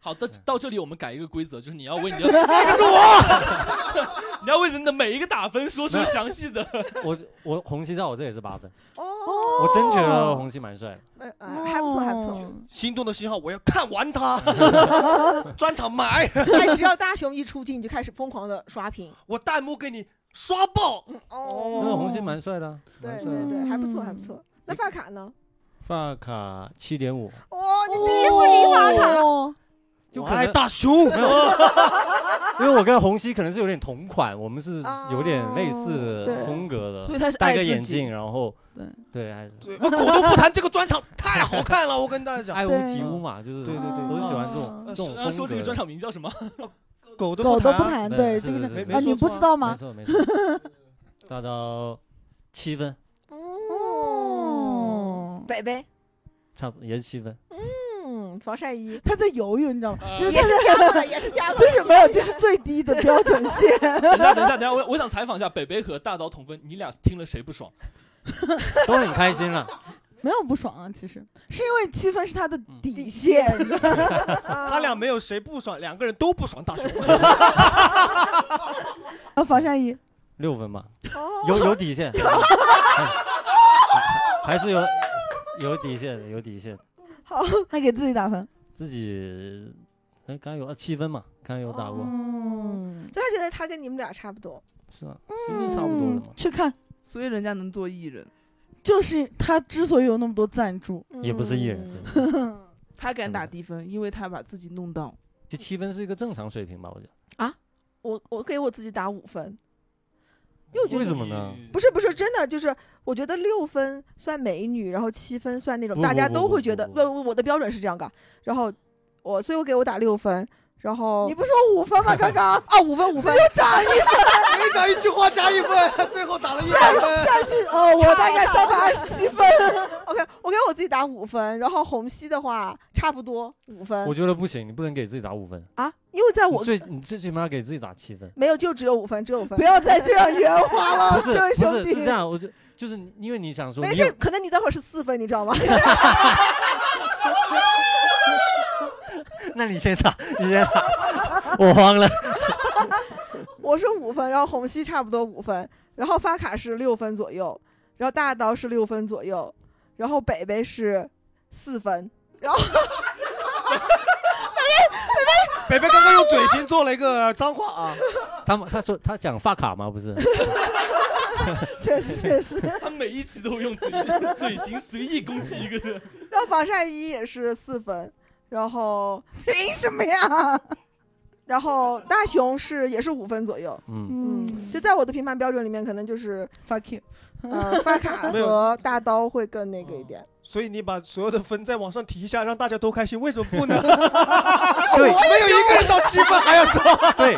好
嗯
的，到这里我们改一个规则，就是你要为你 的，是
哎
我， 你要为你的每一个打分说出详细的。
我我红旗在我这里是八分，
哦，
我真觉得红旗蛮帅的。
呃呃还不错，还不错。
哦
心动的信号，我要看 完它，专场买，
哎，只要大熊一出镜，你就开始疯狂的刷屏。
我弹幕给你刷爆。
哦
那个红旗蛮帅的啊，
对
蛮帅
对
的。
对，还不错，
嗯
还不错。那发卡呢？
发卡七点五，
哦，你第一次赢发卡，
哦
就
我
可
爱
能
大熊，
没有，因为我跟红旗可能是有点同款，我们是有点类似
哦
的风格
所
的，
以他是爱
呃戴个
自
眼
己
镜，，然后
对
对，还是
对我狗都不谈这个专场太好看了，我跟大家讲，
爱屋及乌嘛，就是
对对对
我就喜欢这种
哦
这种风格
刚
的。
呃说这个专场名叫什么？
狗
狗
都不
谈，
谈，
对
对
是
这个
是
没
是
啊，
没
你不
说
知道
没
吗？
错没错，大到七分，
哦，
哦，
北北，
差不多也是七分。
嗯，防晒衣
他在犹豫，你知道吗？
呃
就 是
也是
他在
加分了，也是加分了，
就是没有，这是最低的标准线。
等一下，等一下，等一下，我我想采访一下北北和大刀同分，你俩听了谁不爽？
都很开心了。
没有不爽啊，其实是因为七分是他的
嗯
底
底
线
线，
他俩没有谁不爽，两个人都不爽大 熊。
啊，防晒衣，
六分吧，
哦
有有底线， 还是有有底线的，有底线的。
好，
那给自己打分。
自己哎，刚刚有啊七分嘛，刚刚有打
哦
过，
嗯，
就他觉得他跟你们俩差不多，
是啊，是不是差不多了嘛？
嗯去看，
所以人家能做艺人，
就是他之所以有那么多赞助，
也不是艺人，
嗯
真的
他敢打
嗯
低分，因为他把自己弄到。
就七分是一个正常水平吧，我觉得。
我我给我自己打五分，因为我觉
为
得
什么呢？
不是不是真的，就是我觉得六分算美女，然后七分算那种
不
大
不
家
不
都
不
会
不
觉得，
不
不，我的标准是这样的。然后我，所以我给我打六分，然
哦
后
你不说五分吗？刚 刚
啊五分五 分，
加一
每讲一句话加一分，最后打了一百 分。
下去，哦，我大概三百二十七分，
OK，我给我自己打五分，然后红西的话差不多五分
我觉得不行，你不能给自己打五分，
啊，因为在
你
我
最你最起码给自己打七分。
没有就只有五分，只有五分
不，要再这样圆滑
哦
了，
不是
这位
不
兄
是
弟
是这。样，我就就是你因为你想说
没
你
事
有，
可能你待会儿是四分，你知道吗？
那你先打，你先打，我慌了。
我是五分，然后红西差不多五分，然后发卡是六分左右，然后大刀是六分左右，然后北北是四分， 然后
北北刚刚用嘴型做了一个脏话啊，
他们他说他讲发卡吗？不是，
确实确实，
他每一期都用嘴 嘴型随意攻击一个人，
然后防晒衣也是四分，然后
凭什么呀？
然后大熊是也是五分左右，
嗯，
嗯，
就在我的评判标准里面，可能就是
fuck you，
呃发卡
没有
和大刀会更那个一点。
所以你把所有的分再往上提一下，让大家都开心，为什么不呢？
对
没有一个人到七分还要说，
对，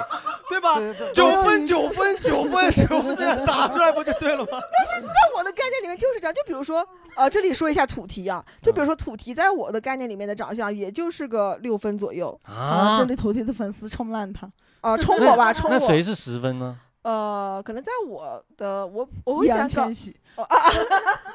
对吧？九分九分九分九分，这样打出来不就对了吗？
在我的概念里面就是这样，就比如说，呃，这里说一下土提啊，就
嗯
比如说土提，在我的概念里面的长相也就是个六分左右
啊，
啊
这，里头铁的粉丝冲烂他，
啊、冲我吧，冲
那谁
我，
是十分呢？
呃，可能在我的我我会
易烊
想搞
千，玺，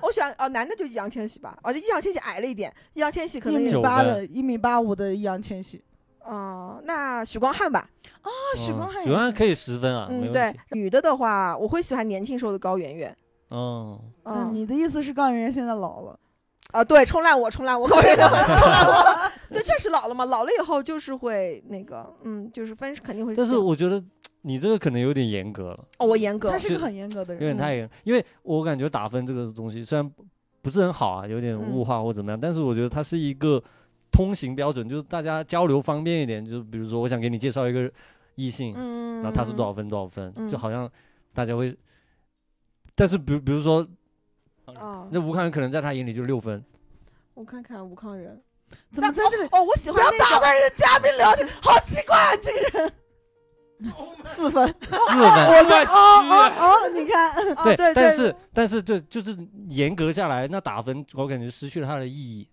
我想啊、男的就易烊千玺吧，而且易烊千玺矮了一点，易烊千玺可
一
能也
米
九
八
分
的，一米八五的易烊千玺，
啊、那许光汉吧，
啊，
许光汉也
许光汉
是
可以十分啊，没
嗯，
问
对
题。，
女的的话，我会喜欢年轻时候的高圆圆，
嗯，
嗯，
嗯，
你的意思是高圆圆现在老了？
啊，对，冲浪我，冲浪我，高原的我，冲浪 我。对，确实老了嘛，老了以后就是会那个，嗯，就是分肯定会这
但
样。
是我觉得你这个可能有点严格了，
哦，我严格
他，是
是
个很严格的
有
人，
点太严，因为我感觉打分这个东西虽然不不是很好啊，有点
嗯
物化或怎么样，但是我觉得它是一个通行标准，就是大家交流方便一点。就是比如说，我想给你介绍一个异性，
嗯，
然后他是多少分多少分，
嗯
就好像大家会。但是比如比如说，
啊？
那吴康仁可能在他眼里就六分，
我看看吴康仁，
怎么在这里？
哦，我喜欢那个
断人家嘉宾聊天，好奇怪啊！这个人，
四分，
四分。
我的
哦
去，
嗯哦，你看，
啊
对，
对，
但是但是对，就是严格下来，那打分我感觉失去了它的意义，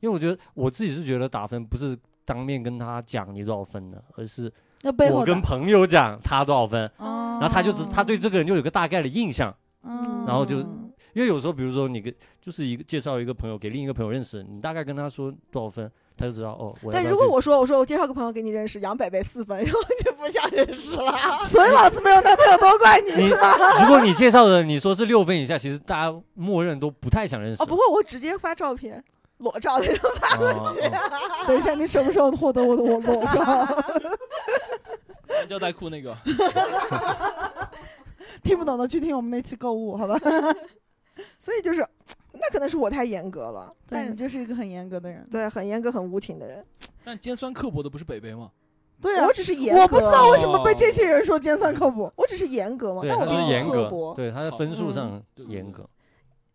因为我觉得我自己是觉得打分不是当面跟他讲你多少分的，而是
那背后
我跟
打
朋友讲他多少分，
哦
然后他就只他对这个人就有个大概的印象，
嗯
然后就因为有时候比如说你跟就是一个介绍一个朋友给另一个朋友认识，你大概跟他说多少分，他就知道哦。我要
对，
不要
如果
去
我说我说我介绍个朋友给你认识，杨北北四分，然后就不想认识了。
所以老子没有男朋友都怪你。
你如果你介绍的你说是六分以下，其实大家默认都不太想认识。
哦，不会，我直接发照片，裸照那种。
哦哦
等一下，你什么时候获得我的我裸照？
吊带裤那个，
听不懂的去听我们那期购物，好吧？
哦
所以就是，那可能是我太严格了，
对
但
你就是一个很严格的人。
对，很严格、很无情的人。
但尖酸刻薄的不是北北吗？
对啊
我，只是严格，
我不知道为什么被这些人说尖酸刻薄。
我只是严格嘛，
对，
但我
他
没有
是严
刻
格
薄，。
对他在
好
分数
嗯
上
对对
严
对
格。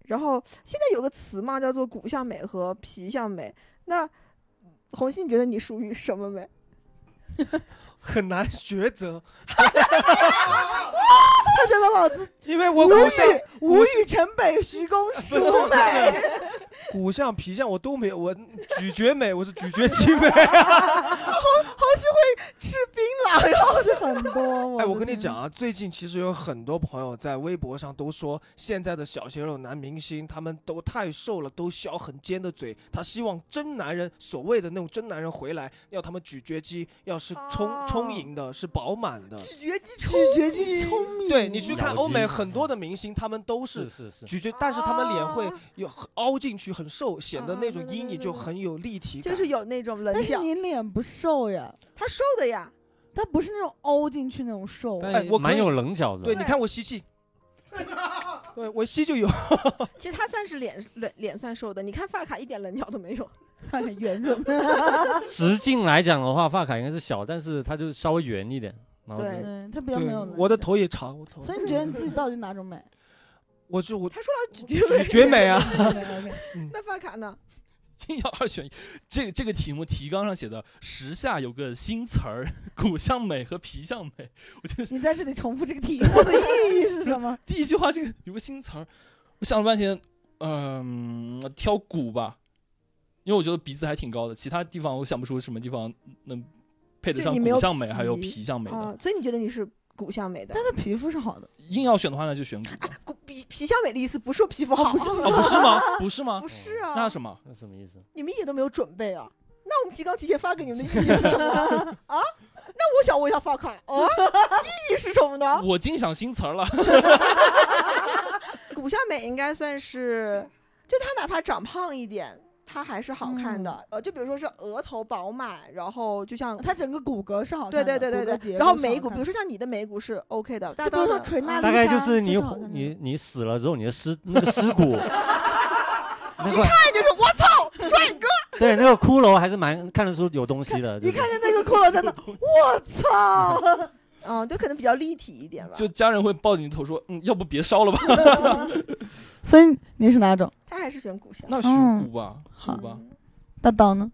然后现在有个词嘛，叫做骨相美和皮相美。那红星，你觉得你属于什么美？
很难抉择，
他觉得老子
因为我
无
骨相
语无语城北徐公
不
孰
是不
美？
是，骨相皮相我都没有，我咀嚼美，我是咀嚼其美。
后西会吃槟榔，然后
是很多。
哎，我
的
跟你
天
讲，啊，最近其实有很多朋友在微博上都说，现在的小鲜肉男明星他们都太瘦了，都削很尖的嘴。他希望真男人，所谓的那种真男人回来，要他们咀嚼肌要是充充盈的，是饱满的。
咀嚼肌
咀
充
嚼肌聪明，
对你去看
咬
欧美
肌
很多的明星，他们都是
是啊是是，
咀嚼，但是他们脸会
啊
有凹进去，很瘦，显得
啊
那种
对对
阴
对
影
对
就
对
很有立体感。
就是有那种棱
但是
角，
你脸不瘦呀，
他瘦的呀，
它不是那种凹进去那种瘦。啊
但
哎我可
蛮
以
有棱角的。
对，你看我吸气，对我吸就有。
其实他算是脸脸脸算瘦的，你看发卡一点棱角都没有，
很圆 润，
直径来讲的话，发卡应该是小，但是它就稍微圆一点。然后就
对
嗯，它比较没
对
有棱，
我的
角。
头也长，我头
所以你觉得你自己到底哪种 美？
我是我
他说他咀
咀
嚼
嚼美啊。
那发卡呢？
硬要二选一，这个这个题目提纲上写的时下有个新词儿， 骨相美和皮相美。我觉得
你在这里重复这个题目的意义是什么？
第一句话这个有个新词儿，我想了半天，嗯、挑骨吧，因为我觉得鼻子还挺高的，其他地方我想不出什么地方能配得
就
上
你没有
骨相美还有
皮
皮相美的。
啊，所以你觉得你是骨相美的
但？它皮肤是好的，
硬要选的话，那就选骨吧。
骨皮皮相美的意思哦不是说皮肤好，
不是
啊，不是吗？不 是吗？
不是啊，
那什么？
那什么意思？
你们一点都没有准备啊。那我们提纲提前发给你们的意义是什么呢？啊？那我想问一下发卡，哦，意义是什么呢？
我净想新词儿了。
骨相美应该算是，就她哪怕长胖一点，她还是好看的。呃，就比如说是额头饱满，然后就像
它整个骨骼是好
对
看
对
的。
对对
骨骼结
对，
构
然后
是好
眉骨，
看
比如说像你的眉骨是 OK 的，
的
大
就比如
刀
说
的
垂娜
大概
丽
就
莎
是你
好看的
你你死了之后，你的尸那个尸骨，那块
看就是我操，帅哥！
对那个骷髅还是蛮看得出有东西的。
你
对不对
看见那个骷髅 在那，我操！嗯，就可能比较立体一点吧。
就家人会抱着你头说：“嗯，要不别烧了吧。
所以你是哪种？
他还是选骨”相。
那选
嗯
骨吧，骨
好
吧。
大刀呢？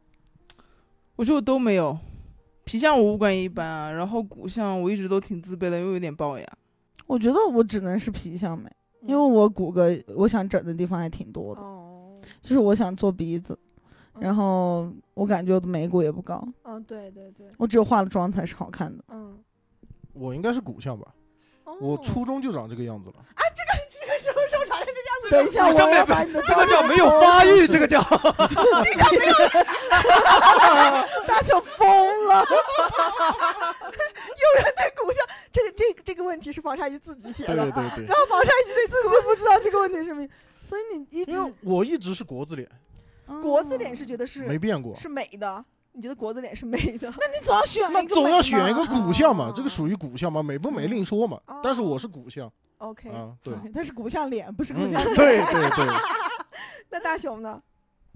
我觉得我都没有。皮相我五官也一般啊，然后骨相我一直都挺自卑的，因为有点龅牙。
我觉得我只能是皮相美，因为我骨骼我想整的地方还挺多的，
嗯哦，
就是我想做鼻子，然后我感觉我的眉骨也不高，
嗯，对对对，
我只有化了妆才是好看的。
嗯。
我应该是骨相吧，
哦
我初中就长这个样子了。
这个时候瘦长成这样子，
等一下，
我
我
想
要
美
把你的
这个叫没有发 育，这个叫
哦
大小疯 了，
有人对骨相这个这个这个问题是防晒衣自己写
对
的，
对对对
然，后防晒衣对自己
不知道这个问题是什么意思，所以你一直
因为我一直是国字脸，
国字脸
哦
是觉得
没
是
变过。
是美的，你觉得国字脸是美的？
那你总要选一
那
个，
总要选一 个。骨相嘛
啊，
这个属于骨相嘛，美不美另说嘛
哦。
但是我是骨相
OK，、
嗯
啊，对，
他是骨相脸，不是骨
嗯
相
对对对，
那大熊呢？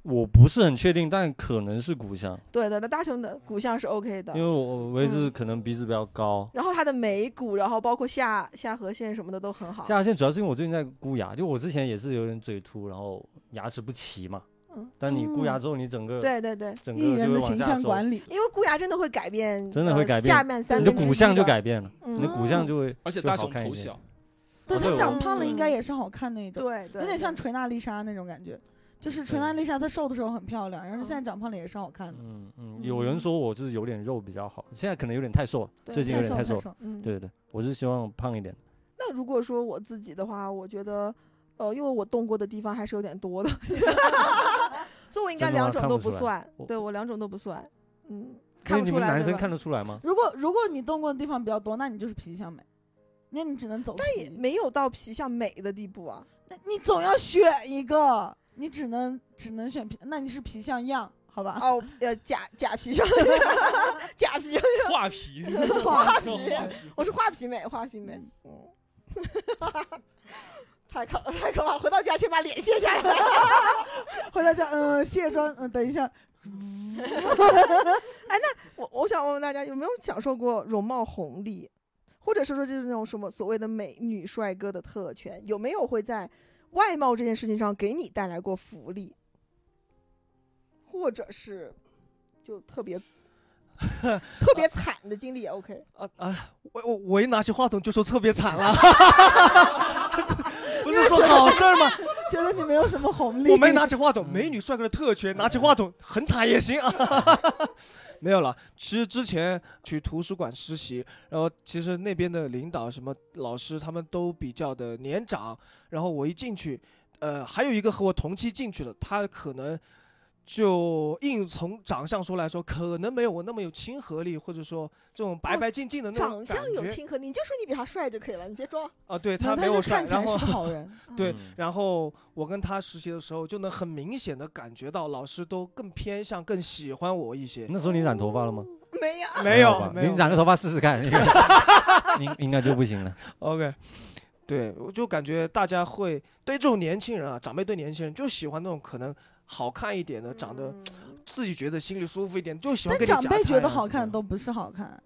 我不是很确定，但可能是骨相，
对对，那大熊的骨相是 OK 的
因为，我我也是
啊嗯
可能鼻子比较高。
然后他的眉骨，然后包括下下颌线什么的都很好。
下颌线主要是因为我最近在箍牙，就我之前也是有点嘴凸，然后牙齿不齐嘛
嗯。
但你箍牙之后，你整个
对对对，
整
艺
个
人
就会
的
往
形
下
象
收，
管理。
因为箍牙真的会改变，
真的会
呃
改变
下面三
你的
分之一
骨相就
的。
改变了，你的
嗯，
骨相就会
而且
就
大
好
熊
看一
头
些
小，
对
哦对嗯
他
我
长胖了，应该也是好看那一种，
对对，
有点像
对
垂娜丽莎那种感觉。就是垂娜丽莎，她瘦的时候很漂亮，然后她现在长胖了也是好看的。
嗯嗯，有人说我就是有点肉比较好，现在可能有点太瘦了，
对
最近有
太
点
瘦
太
太
瘦。
瘦，
嗯。
对对，我是希望胖一点。
那如果说我自己的话，我觉得，呃，因为我动过的地方还是有点多的， 所以我应该
真的吗
两种
看
都
不出来
算。
我
对我两种都不算，嗯，
因
看
为
不
你
出
们
来。
男
对
生
吧
看得出来吗？
如果如果你动过的地方比较多，那你就是皮相美，那你只能走
但也嗯
皮。
没有到皮相美的地步啊。
那你总要选一个，你只能只能选皮，那你是皮相样，好吧？
哦，呃，假假皮相， 假皮，
画皮，
画皮
皮，
我是画皮美，画皮美，嗯， 太可太可怕了！回到家先把脸卸下 来。
回到家，嗯，卸妆，嗯，等一下，
我我想问问大家，有没有享受过容貌红利，或者是说就是那种什么所谓的美女帅哥的特权，有没有会在外貌这件事情上给你带来过福利，或者是就特 别特别惨的经历也 OK？
啊啊！我我 我一拿起话筒就说特别惨了，不是说好事儿吗？
觉得你没有什么红利。
我没拿起话筒，美女帅哥的特权，拿起话筒很惨也行 啊。没有了，其实之前去图书馆实习，然后其实那边的领导什么老师他们都比较的年长，然后我一进去，呃，还有一个和我同期进去的，他可能就硬从长相说来说，可能没有我那么有亲和力，或者说这种白白净净的那种
长
感
相有
觉。
亲和力，你就说你比他帅就可以了，你别装。
啊，对
然后
他没
就
我帅，
看起来
然后
是个好 人，
对
嗯，
然后我跟他实习的时候，就能很明显的感觉到老师都更偏向、更喜欢我一些。
那时候你染头发了吗？
没有，
没
好吧
有，没
你
有。
染个头发试试看，应应该就不行了。
OK，对，我就感觉大家会对这种年轻人啊，长辈对年轻人就喜欢那种可能好看一点的，长得
嗯
自己觉得心里舒服一点，就喜欢
但
跟你
长
夹
辈
菜
觉得
啊
好
之类
看
的
都不是好看，
啊，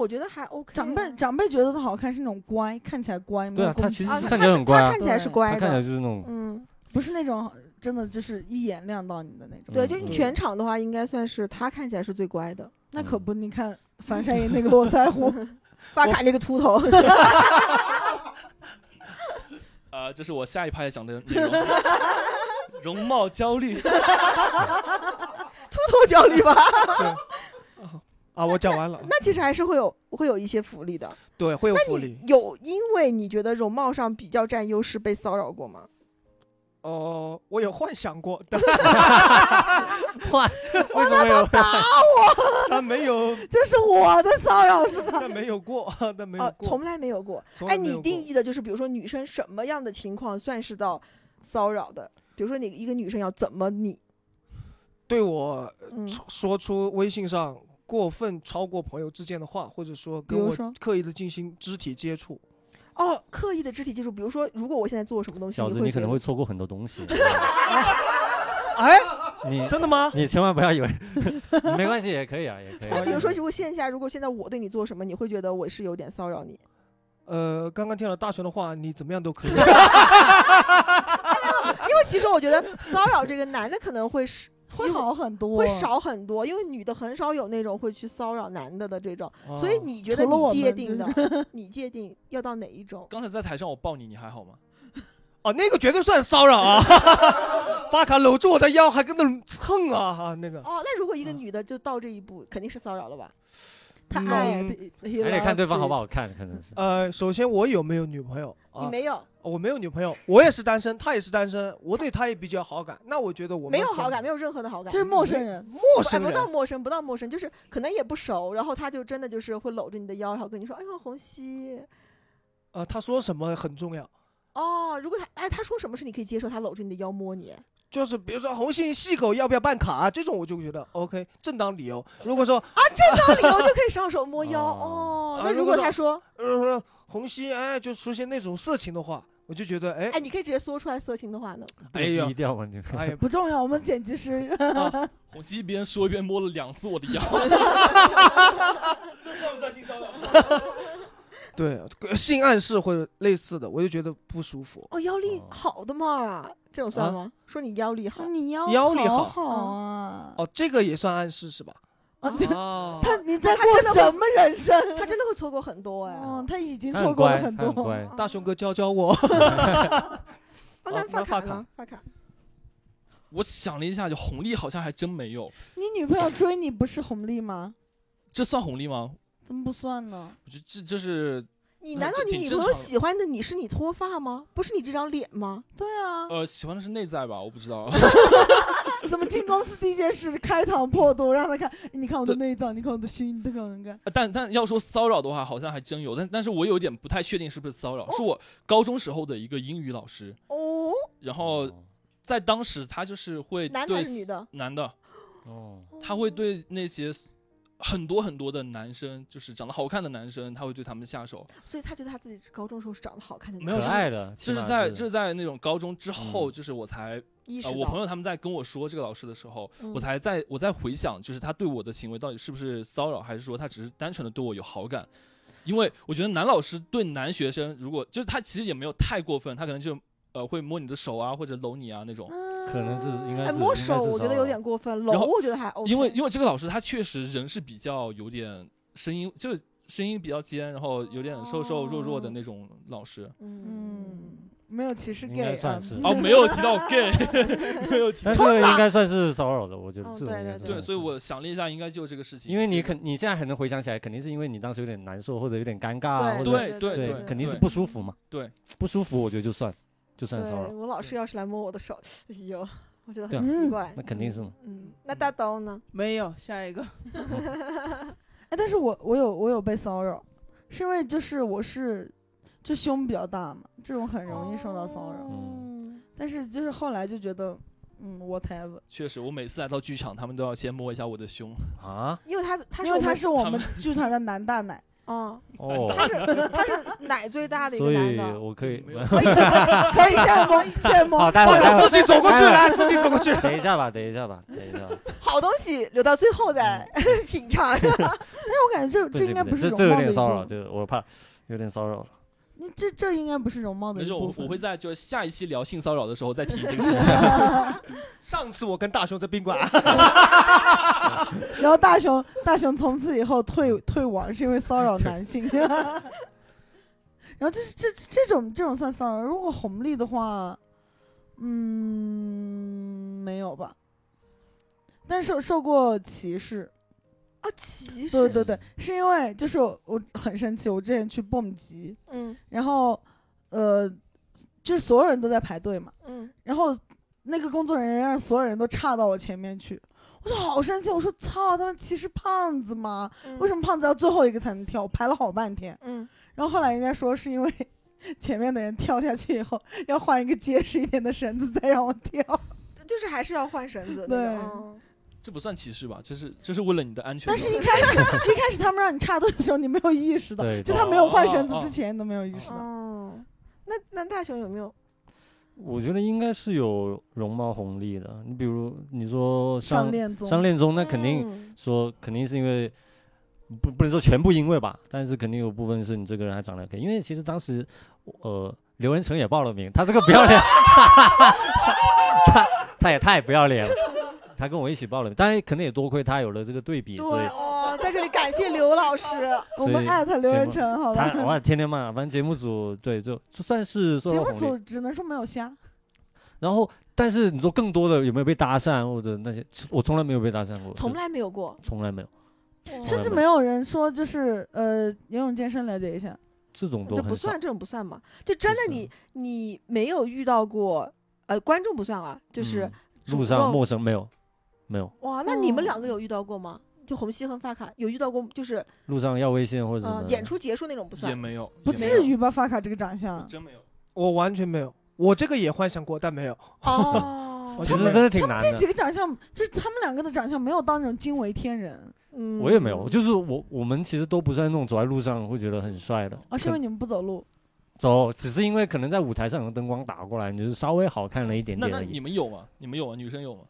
我觉得还 OK 啊。
长辈长辈觉得他好看是那种乖，看起来乖，没
对
有
啊，他
攻
其
击
实
啊
是
性
看起来很乖
他，
啊
看起来是
对
他
乖
看起来
的，
就是那种
嗯，
不是那种真的就是一眼亮到你的那种。
对，就你
嗯
全场的话，应该算是他看起来是最乖的。
那可不，你看樊善言那个络腮 胡，
发卡那个秃头，
啊，这是我下一趴要讲的内 容。容貌焦虑，
秃头焦虑 吧？
啊。我讲完了，
那其实还是会有会有一些福利的。
对，会有
那
福
你
利
有因为你觉得容貌上比较占优势被骚扰过吗？
哦、我有幻想过，但
哇，为什么 有？
但没有，
这是我的骚扰是吧？
但没有过， 但没有
啊，
过。
从来没有过。
从来
哎，
没有
你
过
定义的就是，比如说女生什么样的情况算是到骚扰的？比如说你一个女生要怎么你？
对我
嗯，
说出微信上过分超过朋友之间的话，或者说跟
比如
我
说
刻意的进行肢体接触，
哦，刻意的肢体接触，比如说如果我现在做什么东西，
小子，你
你
可能
觉
会
得
错过很多东西。
哎，
你
真的吗？
你千万不 要以为，没关系，也可以啊，也可以
那
啊。
比如说，如果线下，如果现在我对你做什么，你会觉得我是有点骚扰你？
呃，刚刚听了大雄的话，你怎么样都可以。
因为其实我觉得 骚扰这个男的可能会是
会好很多，
会。少很多，因为女的很少有那种会去骚扰男的的这种，所以
哦
你觉得
除了
你
我
界
们
定
就
的， 你界定要到哪一 种？
刚才在台上我抱你，你还好吗？
哦，那个绝对算骚扰啊！ 发卡搂住我的腰，还跟那蹭啊哈、那个
哦，那如果一个
啊
女的就到这一步，肯定是骚扰了吧？
他
嗯
爱，
还
还
得看对方好不。好看，可 能是。
呃，首先我有没有女朋友啊？
你没有，
我没有女朋友，我也是单身，他也是单身，我对他也比较好感。那我觉得我们
没有
可
好感，没有任何的好感，
这是陌生人，
陌
不哎
生
不
人
到陌生，不到陌生，就是可能也不熟，然后他就真的就是会搂着你的腰，然后跟你说：“哎呦，红熙，
呃，他说什么很重要，
哦，如果他哎他说什么是你可以接受，他搂着你的腰摸你，
就是比如说红杏细狗要不要办卡、啊这种，我就觉得 OK 正当理由。如果说
到理由就可以上手摸腰哦。
哦
啊
那如
如
果
果
他说，
呃红杏哎就出现那种色情的话，我就觉得哎
哎，你可以直接说出来色情的话呢？
哎呀
低调嘛，啊你们
哎呀
不重要。我们剪辑师
红熙一边说一边摸了两次我的 腰，这算不算性骚扰？
对性暗示或者类似的，我就觉得不舒服。
哦，腰力
哦
好的嘛，这种算
啊
吗？说 你腰力 好，
你腰
腰力
好
好
嗯
啊！
哦，这个也算暗 示是吧？
啊
哦，
他你在
他
过
真的
什
会
么人生？
他真的会错过很多哎。
嗯，他已经
他
错
很
过了
乖，
很
他很
多。
哎
乖。
大雄哥教教我。
哦，
啊
那
哦
发
那发
卡呢？发卡，
我想了一下，就红利好像还真没有，
你女朋友追你不是红利吗？
这算红利吗？
怎么不算呢？
我觉得这这是
你
那
难道
哎
你
这挺
女
正
朋友
常的
喜欢的你是你脱发吗？不是你这张脸吗？
对啊，
呃喜欢的是内在吧？我不知 道。
呃
怎么进公司第一件事开膛破肚，让他看？哎你看我的内脏，你看我的心，你看我的肝。
但但要说骚扰的话，好像还真有，但但是我有点不太确定是不是骚扰，是我高中时候的一个英语老师，
哦，
然后在当时他就是会
男的
哎对
还是女的？
男的，
哦，
他会对那些很多很多的男生，就是长得好看的男生，他会对他们下手。
所以他觉得他自己是高中时候是长得好看的男
没
生，
可
有就是
爱的，
这
起
是
码
在
是
这是在那种高中之后，
嗯
就是我才
意识
呃，
到。
我朋友他们在跟我说这个老师的时候，
嗯
我才在我在回想，就是他对我的行为到底是不是骚扰，还是说他只是单纯的对我有好感？因为我觉得男老师对男学生，如果就是他其实也没有太过分，他可能就呃会摸你的手啊，或者搂你啊那种。
可能是应该
哎
是
摸
应该
手，
是
我觉
骚
得有
扰
点过分，搂
然后
我觉得还 OK。
因为因为这个老师他确实人是比较有点声音，就是声音比较尖，然后有点瘦瘦弱弱的那种老师。
嗯，
没有歧视
应
gay
该
啊
算是，
哦，没有提到 gay，没 有提。
但这个应该算是骚扰的，我觉得
嗯
这种应
对
该算
对，
是
所以我想了一下，应该就这个事情。
因为你肯你现在还能回想起来，肯定是因为你当时有点难受或者有点尴尬啊，或者
对对
对，肯定是不舒服嘛。
对，
不舒服我觉得就算就算骚
对
扰，
我老师要是来摸我的手，哎呦，我觉得
对
很
啊
奇怪。
那肯定是嘛。
嗯，那大刀呢？
没有下一个，
哎，但是我我有我有被骚扰，是因为就是我是就胸比较大嘛，这种很容易受到骚扰。
嗯，
但是就是后来就觉得，嗯，whatever，
确实，我每次来到剧场，他们都要先摸一下我的胸。
啊，
因为他他
因为他
他
是我
他
们剧团的男大奶，
嗯，
哦，
他是他是奶最大的一个
所
男
以
的。
我可以，
没有
可以可以现在摸现在摸，
好，待会儿待会
自己走过去，
哎
来，自己走过 去。
儿，等一下吧，等一下吧，等一下吧。
好东西留到最啊后再品 尝。
我感觉这
嗯不
这应
行
该
不
是
行，这
容貌的
这有点
一
骚扰，
部分，
这个我怕有点骚扰了。
你这这应该不是容貌的
没
一
事，我
部
我
分。
会在就是下一期聊性骚扰的时候再提这个事情。
上次我跟大雄在宾馆，
哎
然后大雄大雄从此以后退退网是因为骚扰男 性，然后这是这这种这种算骚扰，如果红利的话，嗯，没有吧。但受受过歧视，
啊，歧
对
视，
对对，是因为就是我我很生气，我之前去蹦极，
嗯
然后呃，就是所有人都在排队嘛，
嗯，
然后那个工作人员让所有人都岔到我前面去，我就好生气，我说操，他们歧视胖子吗？为什
么？
么胖子要最后一个才能跳？我排了好半天，
嗯，
然后后来人家说是因为 前面的人跳下去以后要换一个结实一点的绳子再让我跳，
就是还是要换绳子。那
对
个嗯
这不算歧视吧？这是这是为了你的安全。
但是一开始一开始他们让你插队的时候你没有意识到，
对，
就
对
他没有换绳
哦
子
哦
之前你都没有意识到。
哦，那那大雄有没有？
我觉得应该是有容貌红利的。你比如你说
上
上
恋综，
上恋综，那肯定
嗯
说肯定是因为不不能说全部因为吧，但是肯定有部分是你这个人还长得可以。因为其实当时呃，刘文成也报了名，他这个不 要脸，他他也太不要脸了。他跟我一起报了名，当然可能也多亏他有了这个对比，
对
所以
哦，在这里感谢刘老师。
我
所
们
以
艾特刘
节
仁
目
成好吧？
他偶尔天天骂，反正节目组对就就算是说
节目
红利
组只能说没有瞎，
然后，但是你说更多的有没有被搭讪或者那些，我 从来没有被搭讪过，
从
就
来没有过，
从来没有，
甚
甚
来
至
没
没有人说就是呃游泳健身了解一下，
这种都
这
很
不
少。
算，这种不算嘛？就真的
算
你你没有遇到过，呃，观众不算啊，就是、
嗯
主
路上
动
陌生没有，没有，
哇，那你们
哦
两个有遇到过吗？就红西和发卡有遇到过，就是
路上要微信或者什么
呃
的。
演出结束那种不
也
算。
没有，
不
也没
至
有
于吧？发卡这个长相，
真没有。
我完全没有，我这个也幻想过，但没有。
哦
我，
其
觉
实
得
真的挺难
这几
的。
个长相就是他们两个的长相没有到那种惊为天人
嗯
我也没有，就是我我们其实都不是那种走在路上会觉得很帅的，
啊，是因为
可
你们不走路。
走，只是因为可能在舞台上有灯光打过来，你就是稍微好看了一点
那
点
那
而
你
已。
们有吗？你们有吗？女生有吗？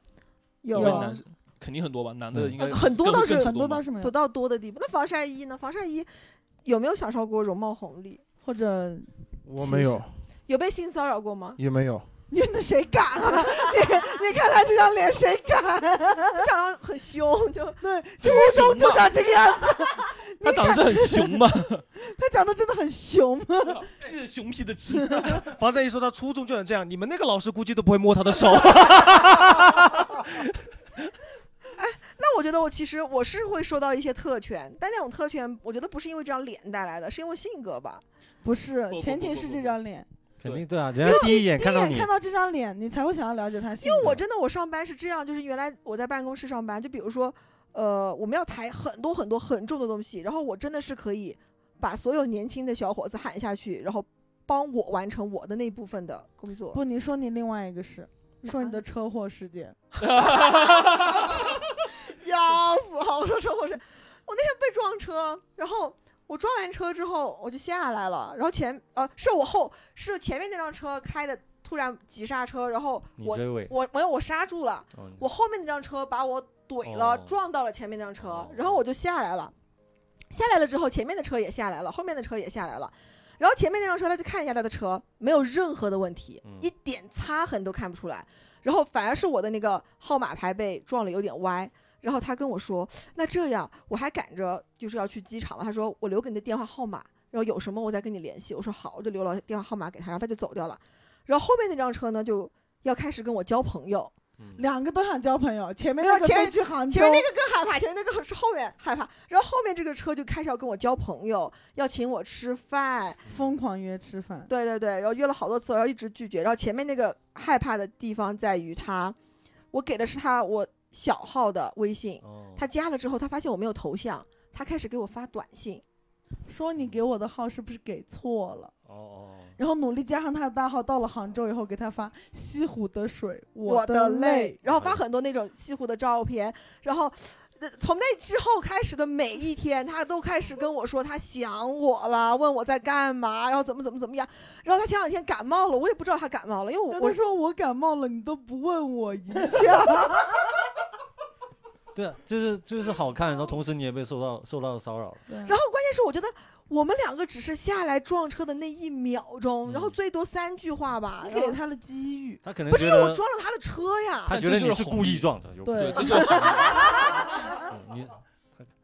有
因为
啊
男生肯定很多吧，男的
嗯
应该
呃很多
更
倒
更
是
主
很多
动吧
倒是没
不
有，
到多的地步。那防晒衣呢？防晒衣有没有享受过容貌红利？
或者
我没有，？
有被性骚扰过吗
也没有，
你那谁敢啊？你你看他这张脸，谁敢？
长得很凶，就
对，初中就长这个样子，
他长得是很熊嘛，
他长得真的很熊。
屁是熊皮的 直男。
防晒一说他初中就能这样，你们那个老师估计都不会摸他的手。
那我觉得我其实我是会受到一些特权，但那种特权我觉得不是因为这张脸带来的，是因为性格吧。
不是
不，不
前
不
提
不
是
不
这
不
张脸，
肯定对啊，人家第一眼
第一
看到
眼
你
看，到这张脸，你才会想要了解他性格。
我真的我上班是这样，就是原来我在办公室上班，就比如说，呃，我们要抬很多很多很重的东西，然后我真的是可以把所有年轻的小伙子喊下去，然后帮我完成我的那部分的工作。
不，你说你另外一个是
哪
说你的车祸事件，
要死 哈！我说车祸是，我那天被撞车，然后我撞完车之后我就下来了，然后前呃是我后是前面那辆车开的突然急刹车，然后
你
我
追尾，
我没有我刹住了，
哦你
我后面那辆车把我怼了，
哦
撞到了前面那辆车
哦，
然后我就下来了。下来了之后，前面的车也下来了，后面的车也下来了。然后前面那辆车，他就看一下他的车，没有任何的问题，
嗯
一点擦痕都看不出来。然后反而是我的那个号码牌被撞了有点歪。然后他跟我说：“那这样我还赶着就是要去机场了。”他说：“我留给你的电话号码，然后有什么我再跟你联系。”我说：“好，我就留了电话号码给他，然后他就走掉了。然后后面那辆车呢就要开始跟我交朋友，
嗯
两个都想交朋友，前面
没有
那个
前
飞去杭州，
前面那个更害怕，前面那个是后面害怕，然后后面这个车就开始要跟我交朋友，要请我吃饭，
疯狂约吃饭，
对对对，然后约了好多次，然后一直拒绝。然后前面那个害怕的地方在于他，我给的是他我小号的微信，
哦
他加了之后，他发现我没有头像，他开始给我发短信，
说你给我的号是不是给错了？
哦哦，
然后努力加上他的大号，到了杭州以后给他发西湖的水，
我
的
泪，然后发
哎
很多那种西湖的照片，然后。呃从那之后开始的每一天，他都开始跟我说他想我了，问我在干嘛，然后怎么怎么怎么样。然后他前两天感冒了，我也不知道他感冒了，因为我
那
我
他说我感冒了，你都不问我 一下，
对啊，这是这是好看，然后同时你也被受到受到骚扰了，
然后关键是我觉得我们两个只是下来撞车的那一秒钟，然后
嗯
最多三句话吧。
你
然
给
后
他了机 遇，
他可能
不是
觉
因为我
得
撞了他的车呀，
他
但
觉
这
得
就
你
是
是
红
故意
利
撞的，有可能
对，
对
这就是红利
嗯你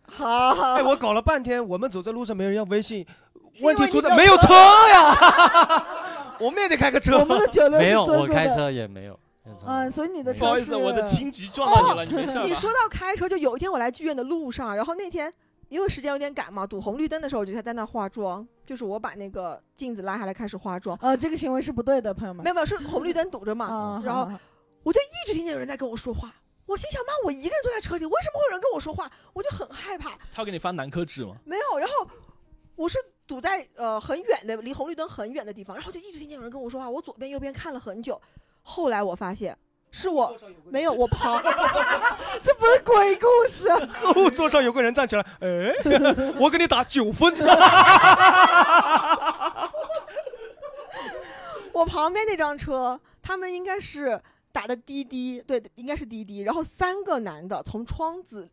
好好
哎，我搞了半天，我们走在路上没人要微信，
哦是因为
问题出在
你没
没
有
有车呀， 我们也得开个车
我。们的九六
没有，
是
我
尊贵
开
的，
车也没有，也从来
嗯，所以你的车
不好意思，
是
我的情急撞到你了，你没事吧？
你说到开车，就有一天我来剧院的路上，然后那天因为时间有点赶嘛，堵红绿灯的时候，我就在那化妆，就是我把那个镜子拉下来开始化妆。
呃，这个行为是不对的，朋友们
没。有没有，是红绿灯堵着嘛，
啊，
然后
好
我就一直听见有人在跟我说话。我心想，妈，我一个人坐在车里，为什么会有人跟我说话？我就很害怕。
他要给你发南柯纸吗？
没有，然后我是堵在呃很远的，离红绿灯很远的地方，然后就一直听见有人跟我说话，我左边右边看了很久，后来我发现是我没有我旁，
这不是鬼故事，
后座上有个人站起来，哎，我给你打九分。
我旁边那张车，他们应该是打的滴滴，对，应该是滴滴，然后三个男的从窗子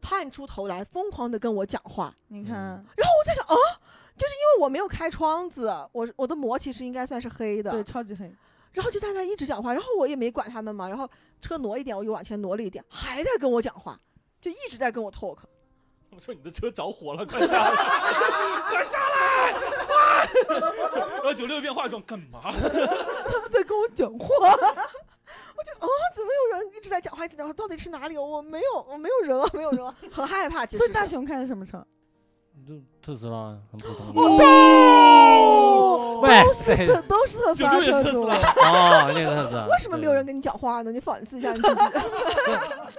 探出头来，疯狂的跟我讲话，
你看，
嗯
我在想啊。就是因为我没有开窗子，我我的膜其实应该算是黑的，
对，啊超级黑，
然后就在那一直讲话，然后我也没管他们嘛，然后车挪一点，我又往前挪了一点，还在跟我讲话，就一直在跟我 talk。 啊
我说你的车着火了，快下 来，快下来！哇！然后九六变化妆干嘛？
他们在跟我讲 话，
那怎么有人一直在讲话，一直讲话？到底是哪里？我没有，我没有人啊，没有人啊，很害怕。其实
所以大
是
熊开的什么车？
就特斯拉很普 通的，
哦，
喂
都是
对
特都是特斯拉
九六也是
车
特斯
主，
拉
哦，那个特斯拉
为什么没有人
对
跟你讲话呢？ 你反思一下你自 己。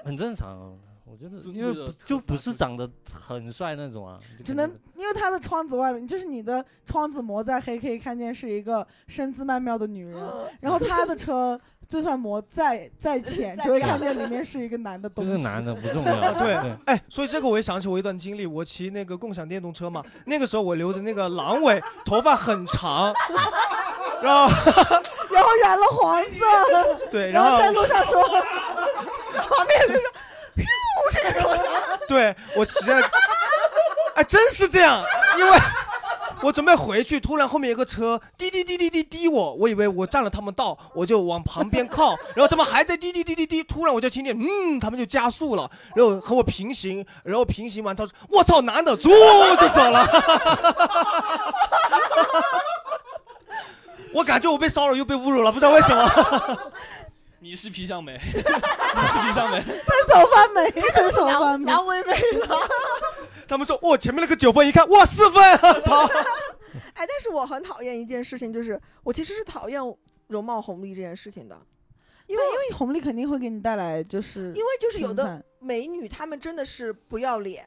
很正常。啊我觉得，
尊
因
贵
为
的
不
特
就
斯
不
拉
是
车
长得很帅那种啊，就
只
可
能因为他的窗子外面，就是你的窗子膜再黑，可以看见是一个身姿曼妙的女人，然后他的车就算膜再再浅，
再
就会
亮
看见里面是一个男的东
就
西，
是男的不重要。
对哎，所以这个我也想起我一段经历，我骑那个共享电动车嘛，那个时候我留着那个狼尾，头发很长，然后
然后染了黄 色，
对，
然
然
后在
后
路上说，
对我骑在，哎，真是这样，因为我准备回去，突然后面有个车滴滴滴滴滴滴我，我以为我占了他们道，我就往旁边靠，然后他们还在滴滴滴滴滴，突然我就听见嗯，他们就加速了，然后和我平行，然后平行完，他说我操，男的，猪就走了。 我感觉我被骚扰又被侮辱了，不知道为什么。
你是皮相梅，你是皮相梅，
头发没，头发没，
梁微微了。
他们说，我前面那个九分，一看，哇，四分，跑。
哎，但是我很讨厌一件事情，就是我其实是讨厌容貌红利这件事情的，因为因为
因为红利肯定会给你带来就是
因为就是有的
侵犯
美女，她们真的是不要脸。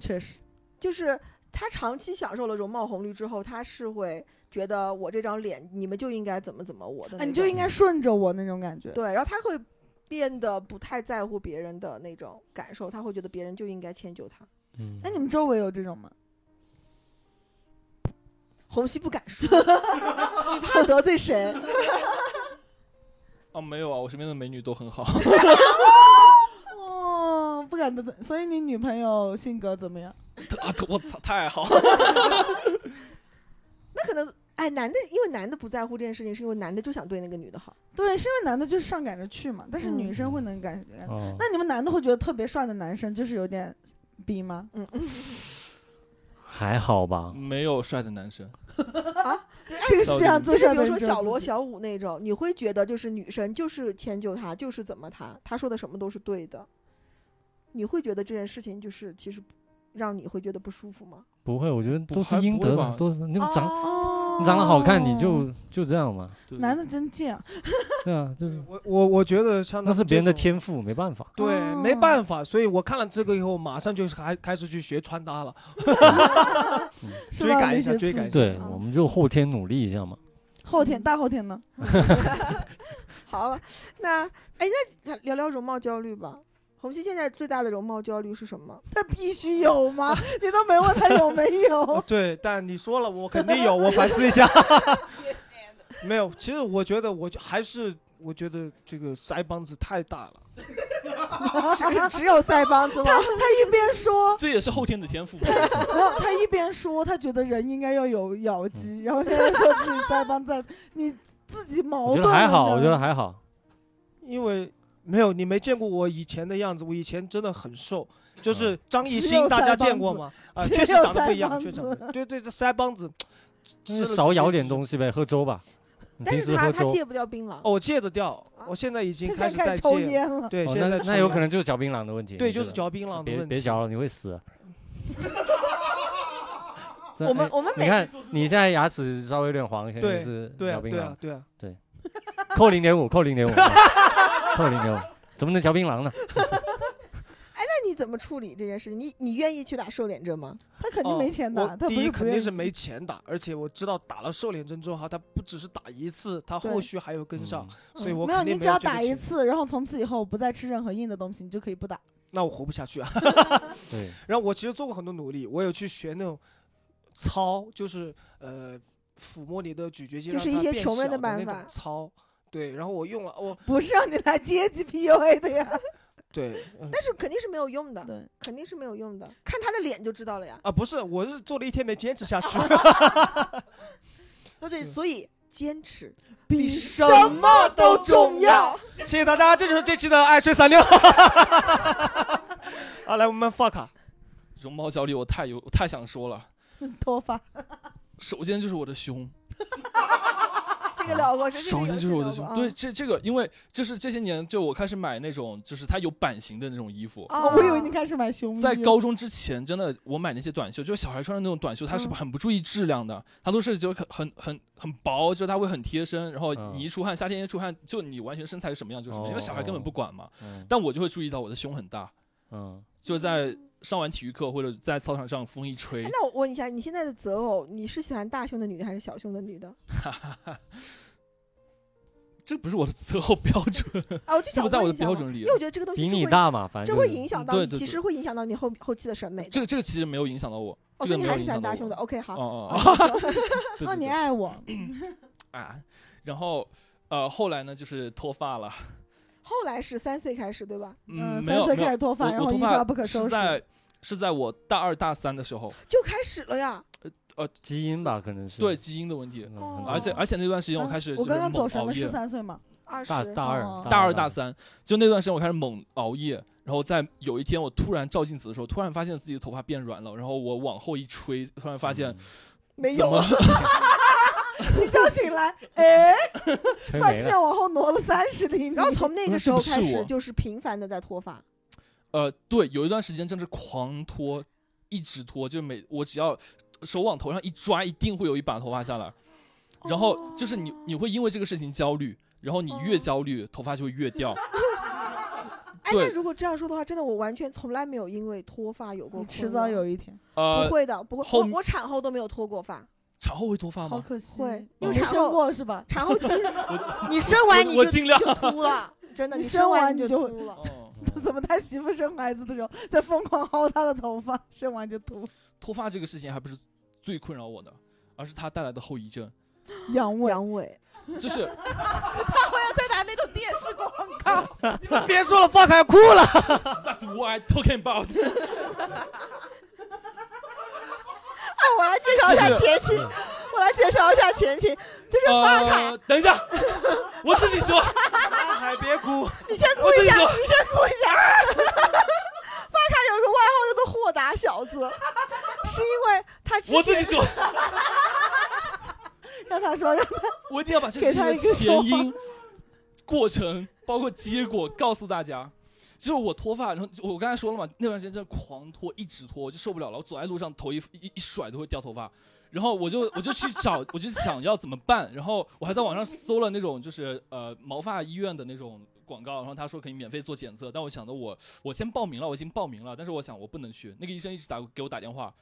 确实，
就是他长期享受了容貌红利之后，他是会觉得我这张脸，你们就应该怎么怎么我的那
哎
种，
你就应该顺着我那种感觉，
对，然后他会变得不太在乎别人的那种感受，他会觉得别人就应该迁就他。
嗯
那你们周围有这种吗？
红熙不敢 说，你怕得罪谁？
哦，没有啊，我身边的美女都很好，
哦，不敢得罪，所以你女朋友性格怎么样？
啊，我操，太好，
那可能哎，男的因为男的不在乎这件事情，是因为男的就想对那个女的好。
对，是因为男的就是上赶着去嘛，但是
嗯
女生会能感觉。
哦，
那你们男的会觉得特别帅的男生就是有点逼吗？
嗯，
还好吧？
没有帅的男生，
这个世界上
就
最
是
帅
比如
的人
说
只有
小
自
罗、
己
小五那种，你会觉得就是女生就是迁就他，就是怎么他，他说的什么都是对的，你会觉得这件事情就是其实让你会觉得不舒服 吗？
不会，我觉得
不
都是
还不
应
会
得
吧
的，都是那种长、
哦
你长得好看，你就嗯就这样嘛。
对
男的真贱，
对啊，就是
我我我觉得像
那是别人的
天。
天赋，没办法。
对，没
哦
办法，所以我看了这个以后，马上就开开始去学穿搭了，
是
追
吧？
赶
没
一下，
学
追
自
赶一
己哦
下。
对，我们就后天努力一下嘛。
后
嗯
天大后天呢？
好，那哎，那聊聊容貌焦虑吧。红旭现在最大的容貌焦虑是什 么？
那必须有 吗？你都没问他有没有
哦，对，但你说了，我肯定有，我反思一下。 没有，其实我觉得我就还是我觉得这个腮帮子太大了。
是只有腮帮子吗？
他一边 说，
这也是后天的天赋吧。
没有，他一边说他觉得人应该要有咬
嗯
肌，然后现在说自己腮帮子，你自己矛
我觉
盾
得还
了
好，
呢
我觉得还好。
因为没有你没见过我以前的样子，我以前真的很瘦，
啊
就是张艺
只
兴，
有
大家
腮帮
见过
子
吗？啊，
只
确实
有
长得不
腮
一样，
帮
确实长得不
子
一样对对，这腮帮子，吃
那
了
就
直
少
接
咬
吃
点
了
东西呗，喝粥吧。你
但
平
是
时
他
喝
他
粥，
戒不掉槟榔。
哦，我戒得掉，我现在已经
他
开
现
始
在开
在
始抽
戒了。
烟了，
对，
哦
现
那
在
那有可
能
能就是嚼槟榔的问题。
对，
我觉
就是
得
嚼槟榔的
别
问
别
题。
嚼了，你会死。这
我们
哎
我们
你
每
看，你现在牙齿稍微有点黄，肯
对
定是
对
嚼
啊，
槟
对
榔，，
啊对啊。
扣零点五，扣零点五，扣零点五，怎么能嚼槟榔呢？
那你怎么处理这件事情？你你愿意去打瘦脸针吗？
他肯定
哦
没钱
我
打，他不
第一
是不
肯定
愿
是
意。
没钱打，而且我知道打了瘦脸针之后哈，他不只是打一次，他后
对
续还有跟上，
嗯
所以
嗯
我
没有，
肯定
你只
有
要
这个
打一
钱，
次，然后从此以后不再吃任何硬的东西，你就可以不打。
那我活不下去啊。
嗯对，
然后我其实做过很多努力，我有去学那种操，就是呃抚摸你的咀嚼肌，
就是
让
一
它
些
变
穷人
小
的
的
办
那种
法
操。对，然后我用了，我
不是让你来阶级 PUA 的呀。
对，嗯
但是肯定是没有用的，
对，
肯定是没有用的。看他的脸就知道了呀。
啊，不是，我是做了一天没坚持下去，
哦对，
是
所以坚持
比什么都重要。
谢谢大家，这就是这期的爱吹三六。 啊，来我们发卡，
容貌焦虑，我太有，我太想说了。
脱发，
首先就是我的胸，
这个聊过，这个
首先就是我的胸。对，
有
这这个，因为就是这些年，就我开始买那种，就是它有版型的那种衣服。
啊，
哦，我以为你开始买哦胸
在
衣
高中之前，真的我买那些短袖，就小孩穿的那种短袖，它是
嗯
很不注意质量的，它都是就很很很很薄，就它会很贴身，然后
嗯
你一出汗，夏天一出汗，就你完全身材是什么样就是什么样，因为小孩根本不管嘛。
嗯
但我就会注意到我的胸很大，
嗯，
就在上完体育课或者在操场上风一吹
哎。那我问一下，你现在的择偶，你是喜欢大胸的女的还是小胸的女的？
这不是我的择偶标准，
啊，我就
这
想
不在我
问
的
一下
标
嘛，
准里
因为。我觉得这个东西
比
是
你
会，
大嘛，反
这
正
会
就是
影响到
对
你，
对
其
对
实会影响到你后后期的审美的。
这个这个其实没有影响到我，
哦，
这
所
个
以你
没有
还是
影
喜欢
响到
大
我。
胸的。OK，好，
哦哦哦，对
哦，
对
你
对
爱我，
嗯
啊，然后呃后来呢就是脱发了，
后来是三岁开始对吧？
嗯，
没
三
有
岁
没有
开，始脱发，然
我
后
我
一
脱
发不可
发
收
是
拾。
在是在我大二大三的时候，
就开始了呀。
基因吧，可能是
对基因的问题，
嗯很
而且
正
而且那段时间我
哦啊
开始
我
就
刚
是
刚走
猛
神
熬
了，
夜
十，三岁 嘛，
二
常
十
大大
哦
二
大二大三，就那段时间我开始猛熬夜，然后在有一天我突然照镜子的时候，突然发现自己的头发变软了，然后我往后一吹，突然发现
嗯
没
怎
哎
有
么
一觉醒 来，哎，
吹
发
没了
现往后挪了三十厘米
然。后从那
嗯
个
这
时候
不是
开始，
我
就是频繁的在脱发。
呃，对，有一段时间真是狂脱，一直脱，就每我只要手往头上一抓，一定会有一把头发下来。然后
哦
就是你你会因为这个事情焦虑，然后你越焦虑，头发就会越 掉。
哎，
对
那如果这样说的话，真的我完全从来没有因为脱发有过困
你迟
扰
早有一天，
呃
不，会的，不
后
会。我我产后都没有脱过发，
产后会脱发
好
吗？
可惜
会，
你
因
没
为产
生
后
过是吧？
产后 期你生完你
我
就
尽量
就秃了，真的，
你
你
生
生
完
完
你
你
就
就秃了。
哦，
怎么他媳妇生孩子的时候在疯狂薅他的头发，生完就 秃，
脱发这个事情还不是最困扰我的，而是它带来的后遗症，
阳痿。
阳痿，
就是
在打那种电视 啊广告，
别说了，发卡要哭了。
That's what I talking about 。
我来介绍一下
就是嗯
前期，我来介绍一下前期，就是发卡，
呃，等一下，我自己说，
大海别哭，
你先哭
我自
一
己
下，
说
你先哭一下。发卡有个外号叫做“豁达小子”，是因为他他之
我自己
前
说，
让他说，让
我一定要把这
给
个事情
他
的
一个
前因、过程，包括结果告诉大家。就是我脱发，然后我刚才说了嘛，那段时间真的狂脱，一直脱，我就受不了了。我走在路上，头一一一甩都会掉头发，然后我就 我就去找，我就想要怎么办。然后我还在网上搜了那种就是呃毛发医院的那种广告，然后他说可以免费做检测，但我想着我我先报名了，我已经报名了，但是我想我不能去。那个医生一直打给我打电话，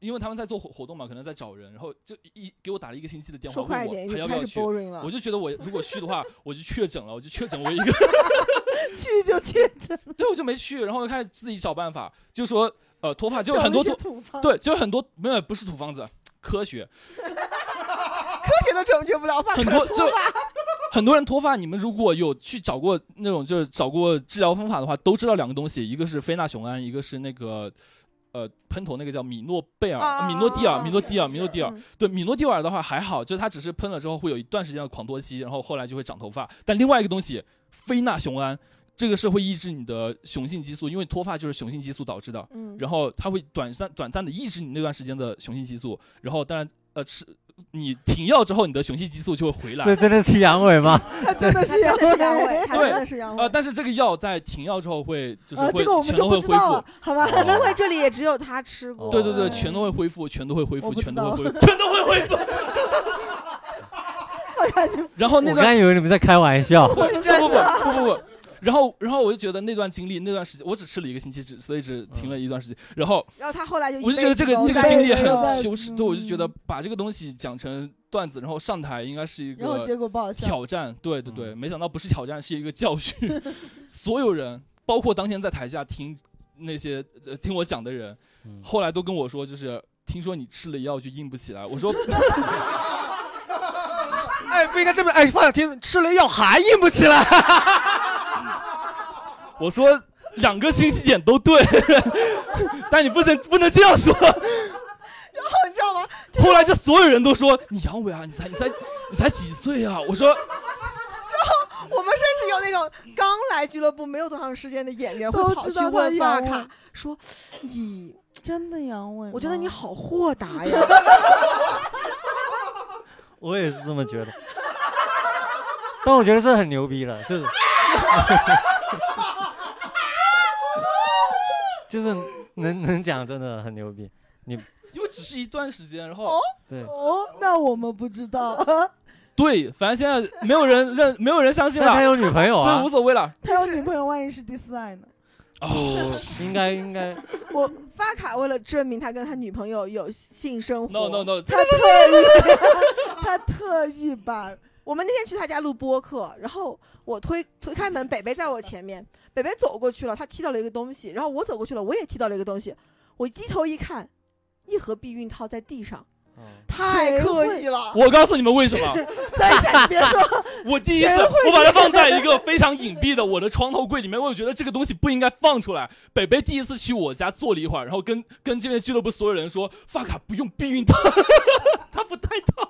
因为他们在做活活动嘛，可能在找人，然后就一给我打了一个星期的电话，
说
问
快一
我
点，
还
就
要不
开
要
始
去。
boring 了
我。就觉得我如果去的话，我就确诊了，我就确诊为一个
他去就去，
对，我就没去，然后开始自己找办法，就说呃脱发，就
找
很多
那些
脱，
土方，
对，就很多没有不是土方子，科学，
科学都拯救不了发
很
根
多
儿
就 很多人脱发，你们如果有去找过那种就是找过治疗方法的话，都知道两个东西，一个是非那雄胺，一个是那个。呃，喷头那个叫米诺贝尔、
啊
米诺地尔、
啊
米诺地尔、米诺地尔
嗯，
对米诺地尔的话还好，就是它只是喷了之后会有一段时间的狂脱期，然后后来就会长头发。但另外一个东西，非那雄胺，这个是会抑制你的雄性激素，因为脱发就是雄性激素导致的。
嗯，
然后它会短暂短暂的抑制你那段时间的雄性激素，然后当然呃吃你停药之后，你的雄性激素就会回来。
这真的是阳痿吗？
他真 的
他真的是阳
阳痿
痿，他
对
真的是阳
呃，
痿。
但是这个药在停药之后会就是
啊，
会
这个我们
全
就不
都会哦
知
恢
道
复
了，，好吧？
因为这里也只有他吃过，
对对
哦
对，全都会恢复，全都会恢
我
复，
不知
全都
道
会恢复，全都会恢复。
我感觉
然后
我
那
刚
段
才以为你们在开玩 笑。
不不不不不不，然后然后我就觉得那段经历那段时间，我只吃了一个星期，只所以只停了一段时间，然后
然后他后来就
我就觉得这个这个
再
经
也
历
没有
很
再
羞耻，对，我就觉得
嗯
把这个东西讲成段子，然后上台应该是一个
然后结果不好笑，
挑战，对对
嗯
对，没想到不是挑战，是一个教训。 所有人，包括当天在台下听那些呃听我讲的人，
嗯
后来都跟我说，就是听说你吃了药就硬不起来。我说
哎，不应该这么哎，放两天吃了药还硬不起来。
我说两个信息点都对， 但你不能不能这样说。
你知道吗？
后来就所有人都说你阳痿啊，你才你才你才几岁啊？我说
我们甚至有那种刚来俱乐部没有多长时间的演员，会
都
跑
知
去
道他
问发
阳痿
卡嗯说：“你，
真的阳痿吗。
我觉得你好豁达呀。”
我也是这么觉得， 但我觉得这很牛逼了，就是，就是能 能讲真的很牛逼。
因为只是一段时间，然后、
对，
哦，那我们不知道，
对，反正现在没有人认，没有人相信
但他
了，
有女朋友
所
啊
以无，所谓了。
他有女朋友，万一是第四爱呢？
哦，
应该应该
我发卡为了证明他跟他女朋友有性生活
no no no，
他特 意，他特意把
我们那天去他家录播客，然后我推推开门，北北在我前面，北北走过去了，他踢到了一个东西，然后我走过去了，我也踢到了一个东西，我低头一看，一盒避孕套在地上，太
谁
刻
会
意了。
我告诉你们为什么，
等一下，你别说，
我第一次
谁会
我把它放在一个非常隐蔽的我的床头柜里面，我觉得这个东西不应该放出来。北北第一次去我家坐了一会儿，然后跟跟这边俱乐部所有人说，发卡不用避孕套，他不带套。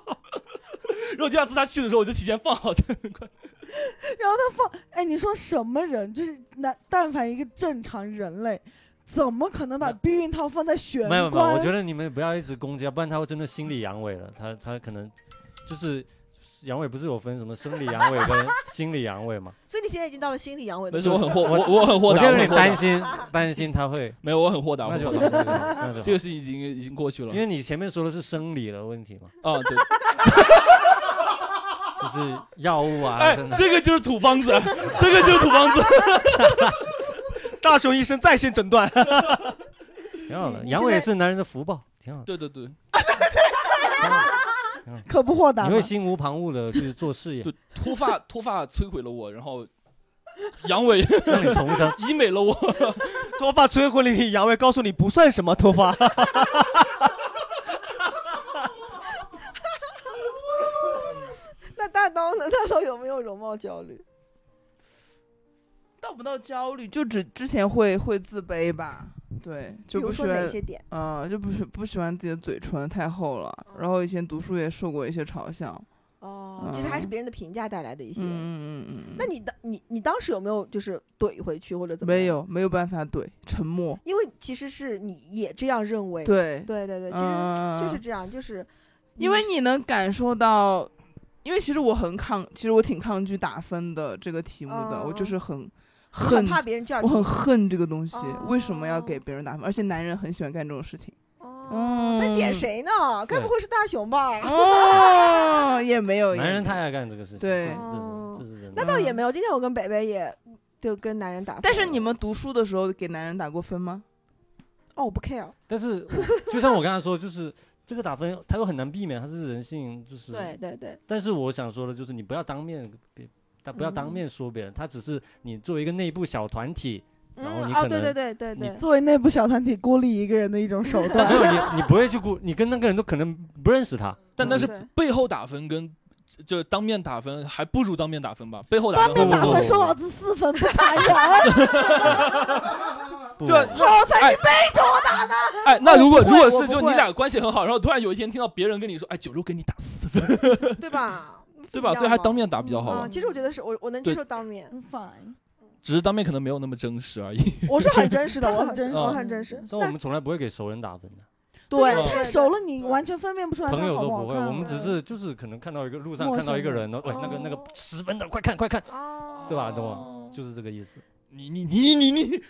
然后第二次他去的时候，我就提前放好在那块。
然后他放，哎，你说什么人？就是那但凡一个正常人类，怎么可能把
没
避孕套放在玄
没有没有，
关？
我觉得你们不要一直攻击啊，不然他会真的心理阳痿了，他他可能就是阳痿不是有分什么生理阳痿跟心理阳痿吗？
所以你现在已经到了心理阳痿
没
的
事，
时候，
我很豁，我我很豁
我
达，
现在有
我很
点
豁
担
达。
心担心他 会，
没有，我很豁达，我
那
很
就
豁
好，那
达。
就好那就好
这个事情已经已经过去了
因。为你前面说的是生理的问题嘛，
啊，对，
就是药物啊，
哎
真，的。
这个就是土方子，这个就是土方子。
大熊医生在线诊 断，
挺好的，
你
阳痿是男人的福报，挺好的。
对对对
挺好的
可不豁达
你
嘛
会。心无旁 骛的，就是做事业，
对，脱发脱发摧毁了我，然后阳痿
让你重生。
医美了我。
脱发摧毁了你阳痿，告诉你不算什么脱 发。
那大刀呢？大刀有没有容貌焦虑？
到不到焦虑，就只之前会会自卑吧，对，
比
就
如
不喜
说哪
欢
些，点？
呃，就
嗯
不喜不喜欢自己的嘴唇太厚了，然后以前读书也受过一些嘲笑，
哦，哦，其实还是别人的评价带来的一些。
嗯嗯嗯嗯嗯，
那你当你你当时有没有就是怼回去或者怎么？
没，有没有办法怼，沉默。
因为其实是你也这样认为。
对，
对对对，其实
嗯，
就是这样，就是
因为你能感受到，因为其实我很抗，其实我挺抗拒打分的这个题目的，我就
嗯
是很
你很
恨，
怕别人叫
我
你。
很恨这个东西，为什么要
哦
给别人打分？而且男人很喜欢干这种事情。
哦，那点
嗯
谁呢？该不会是大雄吧？
哦，也没有，
男
也
人
没有
太爱干这个事情，
对
这是这是这是真
哦那
的。
倒也没有，今天我跟北北也就跟男人打分了。
但是你们读书的时候给男人打过分吗？
哦，我不 care，
但是我就像我刚才说，就是这个打分，它又很难避免，它是人性，就是
对对对，
但是我想说的就是，你不要当面别，他不要
嗯
当面说别人，他只是你作为一个内部小团体，然后
嗯
啊
你
哦，
可
对对
能
对对
你
对，
作为内部小团体孤立一个人的一种手
但
段
是。你你不会去顾，你跟那个人都可能不认识他，
但但是
对
背后打分跟就是当面打分还不如当面打分吧，背后打
当
分
面打
不不
分
不
说老子四分不残忍，
不
对，
我才
哎
是背着我打的。
哎，那如果
我不
如
会
果
我
是
不
就
会
你俩关系很好，然后突然有一天听到别人跟你说，哎，九六给你打四分，
对吧？
对
啊
吧？所以还当面打比较好
哦
啊，
嗯
吧，
其实我觉得是我我能接
对
受当 面，
Fine，
只是当面可能没有那么真实而已。
我是很真实的，
他
我
很真啊
我
实
很真实。
嗯但我们从来不会给熟人打分的，
对
因为
对
太熟了，你完全分辨不出来他
朋友
好
都
好
不会，
看。
我们只是就是可能看到一个路上
陌
看到一个
生人
人，然后喂那个那个
哦
十分的，快看快看，
哦，
对吧？懂吗？就是这个意思。
你你你你你，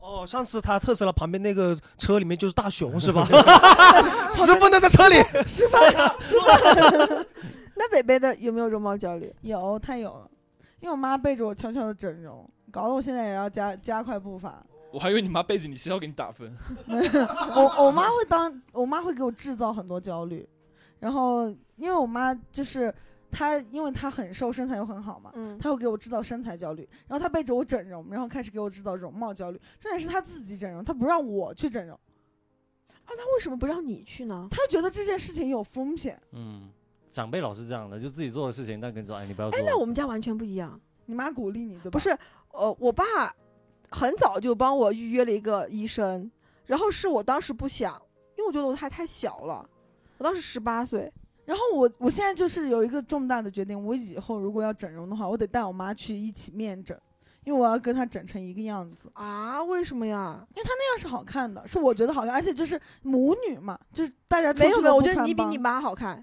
哦，上次他特斯拉旁边那个车里面就是大熊 是吧？十分的在车里，
十 分十分
那北北的有没有容貌焦虑？
有太有了，因为我妈背着我悄悄的整容，搞得我现在也要加加快步伐。
我还以为你妈背着你是要给你打分，
我我妈会当我妈会给我制造很多焦虑，然后因为我妈就是她，因为她很瘦，身材又很好嘛，
嗯，
她会给我制造身材焦虑，然后她背着我整容，然后开始给我制造容貌焦虑。重点是她自己整容，她不让我去整容，
啊，那为什么不让你去呢？
她觉得这件事情有风险。
嗯，长辈老是这样的，就自己做的事情，但跟你说，哎，你不要做。
哎，那我们家完全不一样，
你妈鼓励你对吧？
不，是，呃，我爸很早就帮我预约了一个医生，然后是我当时不想，因为我觉得我还太小了，我当时十八岁，
然后我我现在就是有一个重大的决定，我以后如果要整容的话，我得带我妈去一起面诊，因为我要跟她整成一个样子。
啊，为什么呀？
因为她那样是好看的，是我觉得好看，而且就是母女嘛，就是大家出
没有
去
没有，
都
我
不
觉得
穿
你比
帮
你妈好看。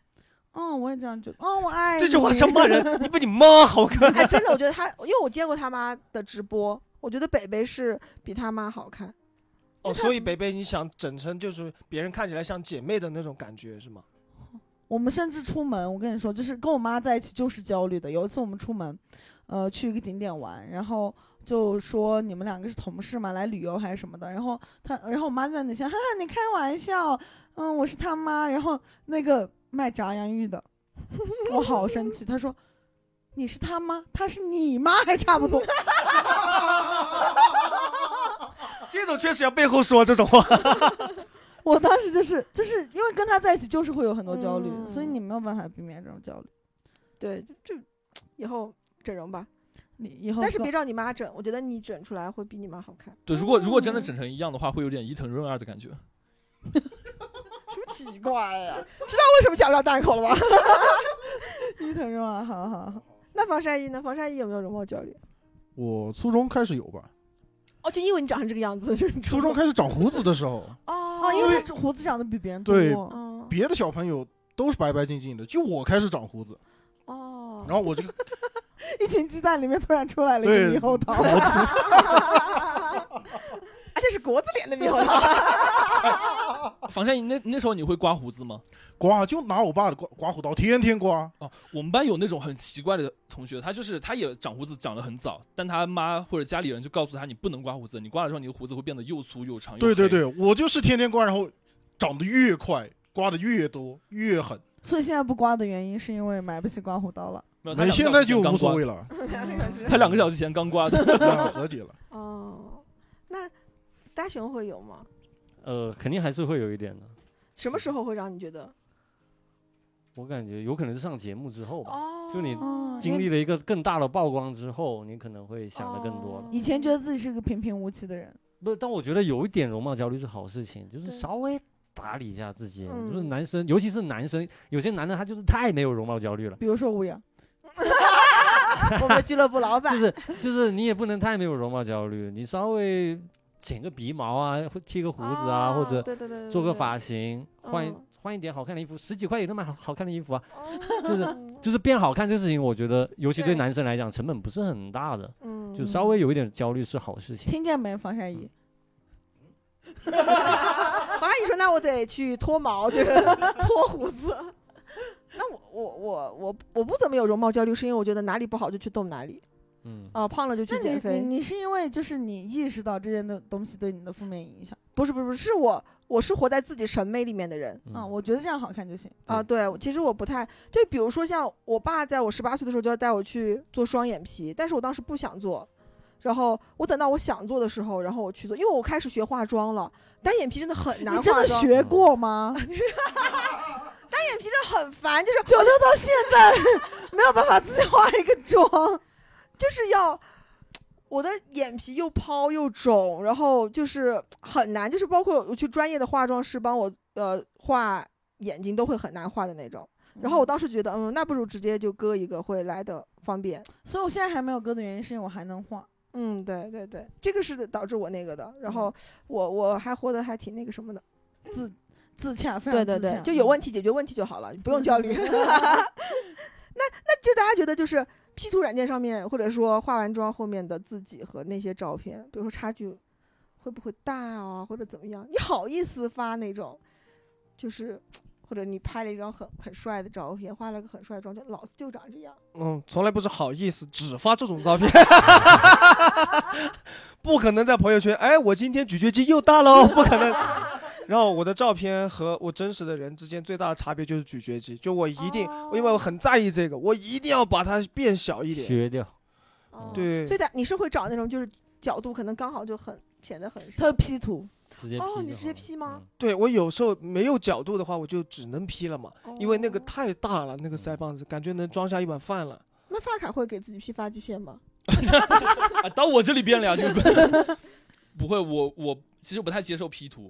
嗯，我也这样觉得。嗯，我爱
这句话
你
像骂人，你比你妈好看。
哎，真的，我觉得她，因为我见过她妈的直播，我觉得北北是比她妈好看。
哦，所以北北你想整成就是别人看起来像姐妹的那种感觉是吗？
我们甚至出门，我跟你说，就是跟我妈在一起就是焦虑的。有一次我们出门，呃，去一个景点玩，然后就说你们两个是同事嘛，来旅游还是什么的。然后她，然后我妈在那想，哈哈，你开玩笑，嗯，我是他妈。然后那个卖炸洋芋的， 我好生气，她说。你是他妈，她是你妈，还差不多。
这种确实要背后说这种话。
我当时就是就是因为跟她在一起，就是会有很多焦虑，
嗯
所以你没有办法避免这种焦虑。
对，就以后整容吧，
你以后
但是
跟
别让你妈整，我觉得你整出来会比你妈好看。
对，如果如果真的整成一样的话，会有点伊藤润二的感觉。
什么奇怪呀、知道为什么讲不了单口了吧？
伊藤润二，好好好，
那防晒衣呢？防晒衣有没有容貌焦虑？
我初中开始有吧，
哦，就因为你长成这个样子，就是
初中开始长胡子的时候，
哦，
哦，因为他胡子长得比别人多，
对
哦
别的小朋友都是白白净净的，就我开始长胡子，
哦
然，后我就
一群鸡蛋里面突然出来了一个
对
猕猴桃，
而哎且是国字脸的猕猴桃。
哦
防晒，你那那时候你会刮胡子吗？
刮，就拿我爸的刮刮胡刀，天天刮。
哦，我们班有那种很奇怪的同学，他就是他也长胡子长得很早，但他妈或者家里人就告诉他，你不能刮胡子，你刮了之后你的胡子会变得又粗又长又
对对
黑，
对，我就是天天刮，然后长得越快，刮的越多越狠。
所以现在不刮的原因是因为买不起刮胡刀了。
没有，他
那
两个
现
小
在
时前
就
刚
无所
刮
谓了，
他两个小时前刚刮的，
那和解了。
哦，那大熊会有吗？
呃，肯定还是会有一点的。
什么时候会让你觉得？
我感觉有可能是上节目之后吧，
哦，
就你
哦
经历了一个更大的曝光之后，你可能会想的更多
哦
了。
以前觉得自己是个平平无奇的人，
不，但我觉得有一点容貌焦虑是好事情，就是
对
稍微打理一下自己。
嗯
就是男生，尤其是男生，有些男的他就是太没有容貌焦虑了，
比如说吴阳，
我们俱乐部老板
就是就是你也不能太没有容貌焦虑，你稍微剪个鼻毛啊，或剃个 胡子啊，或者
哦对对对对
做个
对
发型，换一
嗯
换一点好看的衣服，十几块也能买好好看的衣服啊。
哦
就是
嗯
就是变好看这个事情，我觉得尤其对
对
男生来讲，成本不是很大的，
嗯
就 稍微有一点焦虑是好事情。
听见没，防晒衣？
反正你说，那我得去脱毛，就是 脱胡子。那我我我我我不怎么有容貌焦虑，是因为我觉得哪里不好就去动哪里
嗯，
啊、胖了就去
那
减
你你
肥。
你是因为就是你意识到这件的东西对你的负面影响
不是不是不是，是我我是活在自己审美里面的人
嗯
啊？我觉得这样好看就行。
啊。对，其实我不太就比如说像我爸在我十八岁的时候就要带我去做双眼皮，但是我当时不想做。然后我等到我想做的时候，然后我去做，因为我开始学化妆了。单眼皮真的很难
你
化
真
妆，
的学过吗？
单眼皮真的很烦，就是
九九到现在 没有办法自己化一个妆，
就是要我的眼皮又抛又肿，然后就是很难，就是包括我去专业的化妆师帮我呃画眼睛都会很难画的那种。然后我当时觉得，嗯，那不如直接就割一个会来的方便。
所以我现在还没有割的原因是因为我还能画。
嗯，对对对，这个是导致我那个的。然后我我还活得还挺那个什么的。
自洽，非
对
常
对
自洽
对，，就有
嗯
问题解决问题就好了，不用焦虑。 那那就大家觉得就是 P 图软件上面，或者说化完妆后面的自己和那些照片，比如说差距会不会大啊，或者怎么样？你好意思发那种，就是或者你拍了一张很很帅的照片，化了个很帅的妆，就老子就长这样。
嗯，从来不是好意思只发这种照片， 不可能在朋友圈，哎，我今天咀嚼肌又大喽，不可能。 然后我的照片和我真实的人之间最大的差别就是咀嚼肌，就我一定，
哦
因为我很在意这个，我一定要把它变小一点。
削掉，
哦
对
所以大你是会找那种就是角度可能刚好就很显得很
他会 P 图，
直接 P
哦
就
你
好
直接
了嗯
P 吗？
对我有时候没有角度的话，我就只能 P 了嘛，因为那个
哦
太大了，那个腮帮子感觉能装下一碗饭了。
那发卡会给自己批发际线吗？
啊，到我这里变了呀，这个不会，我我其实不太接受 P 图，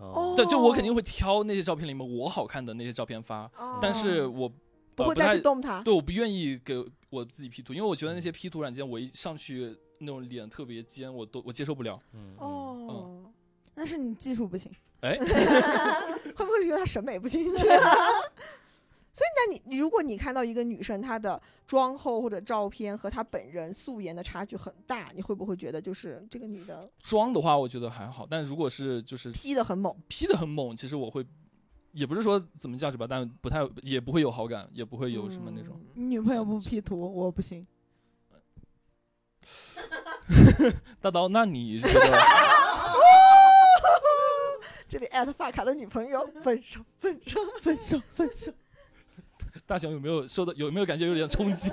嗯
哦
对，就我肯定会挑那些照片里面我好看的那些照片发，但是
哦
我
不
呃
会再
太
去动它。
对，我不愿意给我自己 P 图，因为我觉得那些 P 图软件，我一上去那种脸特别尖，我都我接受不了。
嗯，嗯
哦，
那是你技术不行。
哎，
会不会是觉得他审美不 行？所以，那你你如果你看到一个女生她的妆后或者照片和她本人素颜的差距很大，你会不会觉得就是这个女的
妆的话，我觉得还好，但如果是就是
P 的很猛？
P 的很猛，其实我会，也不是说怎么价值吧，但不太也不会有好感，也不会有什么那种。
你女朋友嗯不 P 图，我不行。
大刀，那你觉得
这里艾特发卡的女朋友分手，分手，分 手，分手。
大雄有没有受到有没有感觉有点冲击？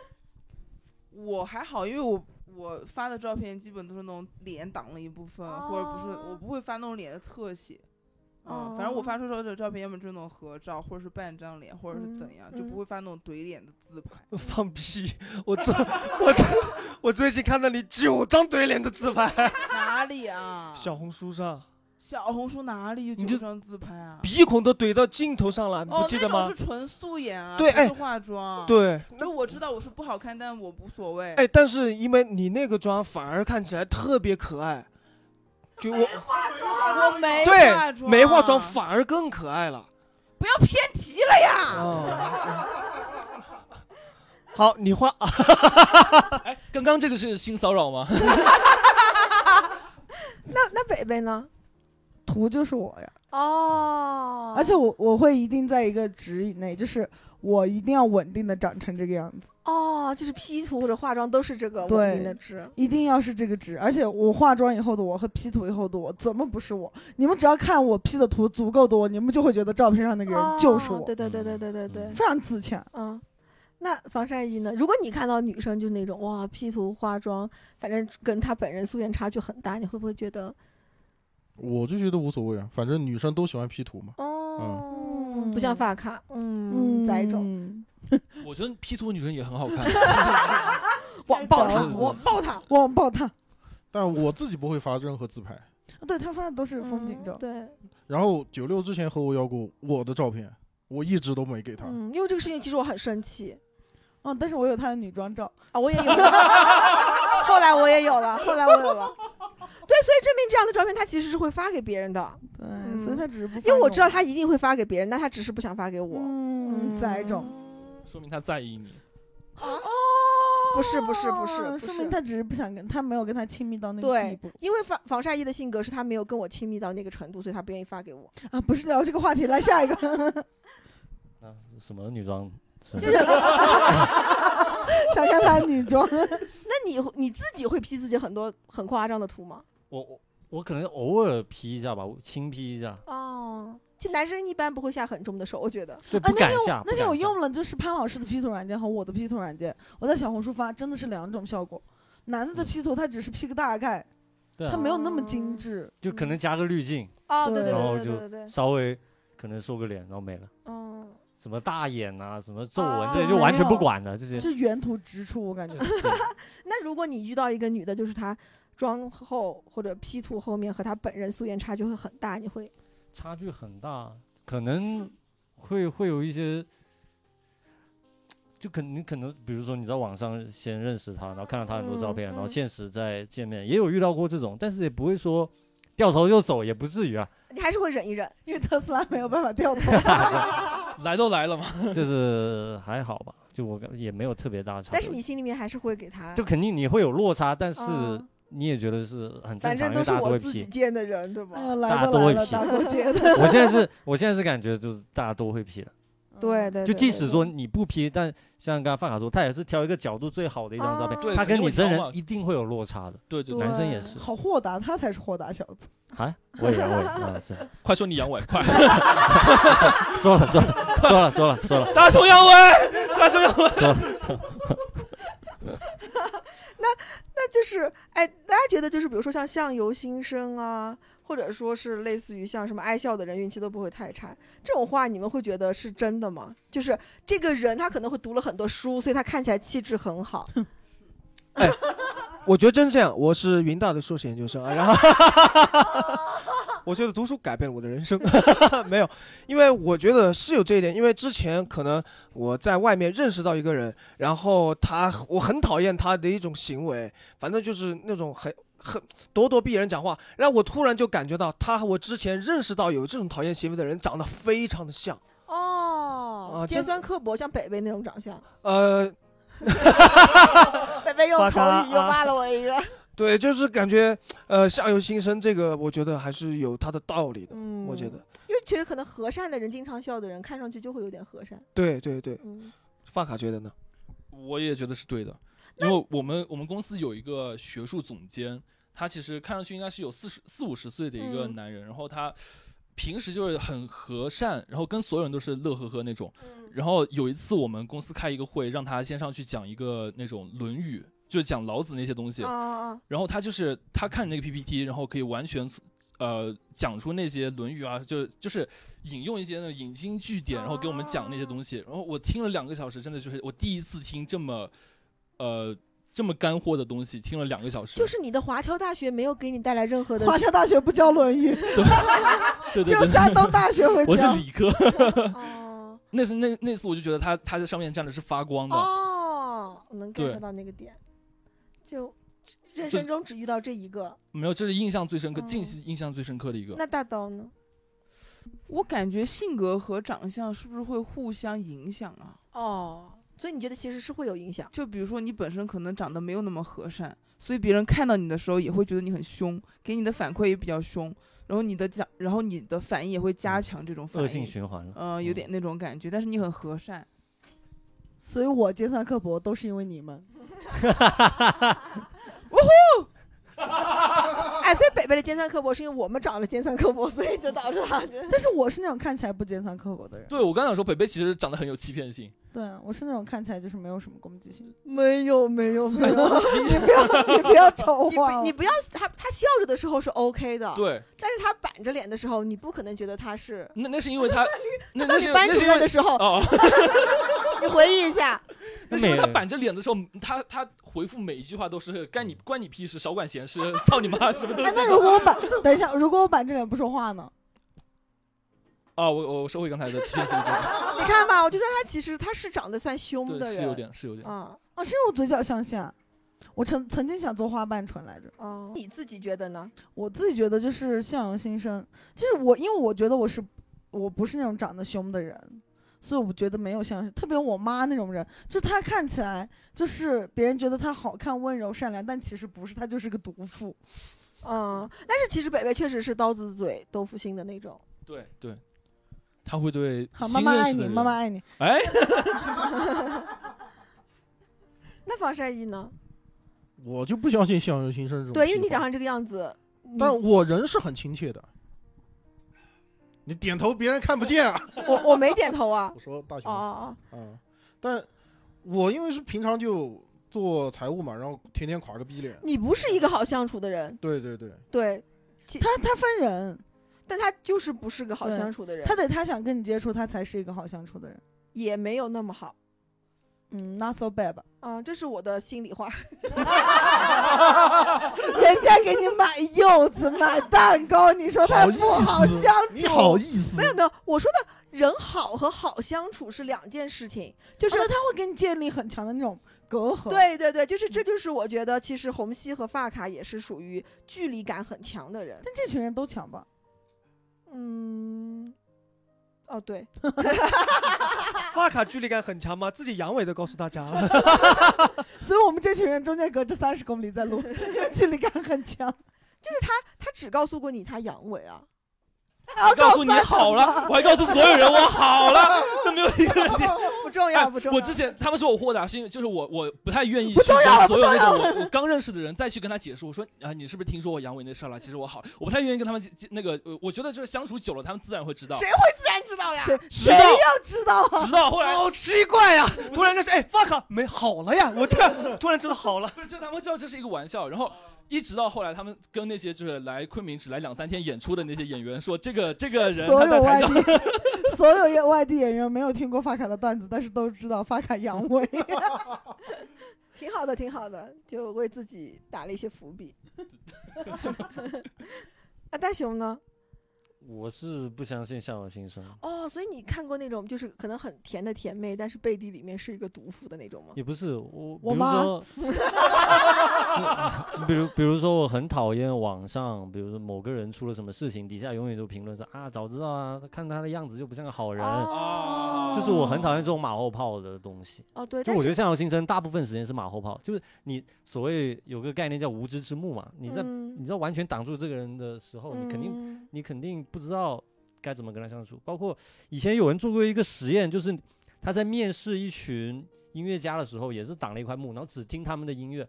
我还好，因为我我发的照片基本都是那种脸挡了一部分，或者不是
哦
我不会发那种脸的特写。嗯，反正我发出来的照片，要么就是那种合照，或者是半张脸，或者是怎样，
嗯
就
嗯
不会发那种怼脸的自拍。
放屁！我最 我最我最近看到你九张怼脸的自拍，
哪里啊？
小红书上
小红书哪里有
你就
九张自拍啊？
鼻孔都怼到镜头上了，你
哦
不，记得吗
那？种是纯素颜啊，
对
不是
哎
化妆。，
对，
就我知道我是不好看，但我无所谓。
哎，但是因为你那个妆反而看起来特别可爱，就我
我哎没化
对
妆，啊
没化妆反而更可爱了。
不要偏题了呀！
哦，好，你画啊，
哎，刚刚这个是性骚扰吗？
那那北北呢？
图就是我呀，
哦
而且我我会一定在一个值以内，就是我一定要稳定的长成这个样子，
哦，就是 P 图或者化妆都是这个
对
稳定的值。
一定要是这个值。而且我化妆以后的我和 P 图以后的我怎么不是我？你们只要看我 P 的图足够多，你们就会觉得照片上那个人就是
哦
我，
对对对对对对对。
嗯
非常自洽。
嗯，那防晒衣呢？如果你看到女生就那种哇 P 图化妆，反正跟她本人素颜差距很大，你会不会觉得
我就觉得无所谓啊，反正女生都喜欢 P 图嘛。
哦，
嗯
不像发卡，嗯，咋一种
种
我觉得 P 图女生也很好看。
网暴
找
她，
我
网暴她，
网暴他，
但我自己不会发任何自拍，
对他发的都是风景
嗯
照，
对，
然后九六之前和我要过我的照片，我一直都没给他。
嗯，因为这个事情其实我很生气
嗯，但是我有他的女装照，
啊，我也有了， 后来我也有了，后来我有了。对，所以证明这样的照片他其实是会发给别人的，
对，所以他只是不，
因为我知道，他一定会发给别人，但他只是不想发给我。
嗯，在一种，
说明他在意你。
哦不是不是不是
哦
不
说
是
明他只是不想跟他没有跟他亲密到那个
对
地步
因为防防晒衣的性格是他没有跟我亲密到那个程度，所以他不愿意发给我。
啊，不是聊这个话题，来下一个，
啊，什么女装？什么
就是
想看他的女装，
那你你自己会 P 自己很多很夸张的图吗？
我我我可能偶尔 P 一下吧，我轻 P 一下，
哦，其实男生一般不会下很重的手，我觉得。
对，
啊
不
那
敢
天我
下。
那
不
天
敢
我
下
用了就是潘老师的 P 图软件和我的 P 图软件，我在小红书发，真的是两种效果。男的的
嗯
P 图他只是 P 个大概，
对
他嗯
啊，
没有那么精致。
就可能加个滤镜，
哦，对对
对
然后
对对
就
对对对，
稍微可能瘦个脸，然后没了。
嗯，
什么大眼啊，什么皱纹，
啊
这些就完全
没
不
有
管的这些。
就原图直出，我感觉
那如果你遇到一个女的，就是她妆后或者 P 图后面和她本人素颜差距会很大，你会
差距很大，可能会会有一些，就可能可能，比如说你在网上先认识他，然后看到他很多照
嗯
片，然后
嗯
现实再见面，也有遇到过这种，但是也不会说掉头就走，也不至于啊，
你还是会忍一忍。
因为特斯拉没有办 法掉头。
来都来了嘛，
就是还好吧，就我感也没有特别大的差别。
但是你心里面还是会给她，
就肯定你会有落差，但是
嗯
你也觉得是很正
反
常，
正
因为
都是
大家都
我
会
自己
P。
见的人，对吧
哎？呀，
大
来
家
都
都
来
会
了，
P
大过节的。
我现在是，我现在是感觉就是大家都会 P 的。
嗯对对，
就
对
即
对
使
对
说你不 P，但像刚刚范卡说，他也是挑一个角度最好的一张照片，
啊
对
他跟
肯定
你
会
真
挑
人
嘛
一定会有落差的。
对对
对
对，
男生也是，
好豁达，他才是豁达小子。
啊，我也我也啊，是
快说你阳痿，快，
说了说了说了说了说了，
大熊阳痿，大熊阳痿，
那就是哎，大家觉得就是比如说像相由心生啊，或者说是类似于像什么爱笑的人运气都不会太差，这种话你们会觉得是真的吗？就是这个人他可能会读了很多书，所以他看起来气质很好。
我觉得真是这样。我是云大的硕士研究生啊，然后我觉得读书改变了我的人生， 没有，因为我觉得是有这一点，因为之前可能我在外面认识到一个人，然后他我很讨厌他的一种行为，反正就是那种很。很咄咄逼人讲话，然后我突然就感觉到他和我之前认识到有这种讨厌行为的人长得非常的像，
哦
啊
尖
真
酸刻薄，像北北那种长相。
呃，
北北又
发
口
咖
语又
啊
骂了我一个。
对，就是感觉，呃，相由心生这个，我觉得还是有它的道理的。
嗯
我觉得，，
因为其实可能和善的人、经常笑的人，看上去就会有点和善。
对对对，
嗯，
发卡觉得呢？
我也觉得是对的，因为我们我们公司有一个学术总监，他其实看上去应该是有四十四五十岁的一个
嗯
男人，然后他平时就是很和善，然后跟所有人都是乐呵呵那种。然后有一次我们公司开一个会，让他先上去讲一个那种《论语》，就是讲老子那些东西。
啊啊啊！
然后他就是他看那个 PPT，然后可以完全呃讲出那些《论语》啊，就就是引用一些那个引经据
哦
典，然后给我们讲那些东西。然后我听了两个小时，真的就是我第一次听这么呃这么干货的东西，听了两个小时。
就是你的华侨大学没有给你带来任何的
华侨大学不教《论语》，
对对
只有
对，
山东大学会
我是
教。
理科，
哦
那是那那次我就觉得他他在上面站的是发光的。
哦，我能
对
get 到那个点，就人
所以
生中只遇到这一个。
没有，这是印象最深刻，
嗯
近期印象最深刻的一个。
那大刀呢？
我感觉性格和长相是不是会互相影响啊？
哦，所以你觉得其实是会有影响？
就比如说你本身可能长得没有那么和善，所以别人看到你的时候也会觉得你很凶，给你的反馈也比较凶，然后你的讲，然后你的反应也会加强这种反
恶
应，
性循环了。
嗯、有
嗯
点那种感觉，但是你很和善，
所以我尖酸刻薄都是因为你们。
哎，所以北北的尖酸刻薄是因为我们长得尖酸刻薄，所以就导致他。
但是我是那种看起来不尖酸刻薄的人。
对我刚想说，北北其实长得很有欺骗性，
对我是那种看起来就是没有什么攻击性。
没有没有哦没有， 你不要你不要丑化，你不要他他笑着的时候是 OK 的，
对，
但是他板着脸的时候，你不可能觉得他是。
那那是因为 他，那
当
那
你
是
班
那
主
是因
任的
为
时 候，
哦，
你回忆一 下，
那是因为
每
他板着脸的时候，他他回复每一句话都是干你关你屁事，少管闲事，操你妈什么都
哎
是，这
那
种。
如果我板，等一下，如果我板着脸不说话呢？
哦，我我收回刚才的欺骗性质，
你看吧，我就说他其实他是长得算凶的
对，是有
人，
点是 有点。
啊
啊，是因为我嘴角向下。我曾曾经想做花瓣唇来着，
啊，你自己觉得呢？
我自己觉得就是向阳心生，就是我因为我觉得我是我不是那种长得凶的人，所以我觉得没有向阳，特别我妈那种人，就是她看起来就是别人觉得她好看、温柔、善良，但其实不是，她就是个毒妇。
嗯，但是其实北北确实是刀子嘴豆腐心的那种。
对对，他会对
好，妈
新
妈
认
爱
识
你，
的人，
妈妈爱你。
哎，
那防晒衣呢？
我就不相信相由心生这种。
对，因为你长，成这个样子，你
但我人是很亲切的。你点头，别人看不见啊。
我我没点头啊
我。说大
哦
熊
哦
啊，但我因为是平常就做财务嘛，然后天天垮个逼脸
哦，。你不是一个好相处的人，
对对对，
对，
她她分人，
但他就是不是个好
对
相处的人，
她得她想跟你接触，她才是一个好相处的人。
也没有那么好。
嗯，not so bad 吧？
嗯，这是我的心里话。
人家给你买柚子、买蛋糕，你说她
好意
不好
思
相处？
你好意思
没？有没有，我说的人好和好相处是两件事情，就
就是是他会跟你建立很强哦的那种隔阂。，
对对对，就是这就是我觉得其实红熙和发卡也是属于距离感很强的人。
但这群人都强吧？
嗯，哦对，
发卡距离感很强吗？自己阳痿的告诉大 家，
所以我们这群人中间隔着三十公里在录，距离感很强。
他只告诉过你他阳痿啊，
我告诉你好了，我还告诉所有人我好了，都没有一个人点。
不重要不重要。
哎我之前他们说我豁达，是因为就是我我不太愿意
不
去
重要
跟
了
所
不
有
重
那
要
种我我刚认识的人再去跟他解释，我说啊，你是不是听说我阳痿那事儿了？其实我好，我不太愿意跟他们解解那个，呃我觉得就是相处久了，他们自然会知道。
谁会自然知道呀？
谁
知
谁
道
要知道啊？
直到后来，
好奇怪呀！突然就是哎，发卡没好了呀！我 突然突然真的好了。
不是，就他们知道这是一个玩笑，然后一直到后来，他们跟那些就是来昆明只来两三天演出的那些演员说，这个这个人
所
他在
有
台
外
上
地，所有外地演员没有听过发卡的段子，但是都知道发卡阳痿。
挺好的，挺好的，就为自己打了一些伏 笔。啊，大熊呢？
我是不相信向阳心生，
哦，所以你看过那种就是可能很甜的甜妹，但是背地里面是一个毒妇的那种吗？
也不是我，
我
比如
妈
说，比如比如说我很讨厌网上，比如说某个人出了什么事情，底下永远都评论说啊，早知道啊，看他的样子就不像个好人，
哦，
就是我很讨厌这种马后炮的东西。
哦，对，
就
但
我觉
是
得向阳新生大部分时间是马后炮，就是你所谓有个概念叫无知之幕嘛，你在、
嗯
你在完全挡住这个人的时
哦
候，你肯定
嗯
你肯定不知道该怎么跟他相处。包括以前有人做过一个实验，就是他在面试一群音乐家的时候，也是挡了一块幕，然后只听他们的音乐，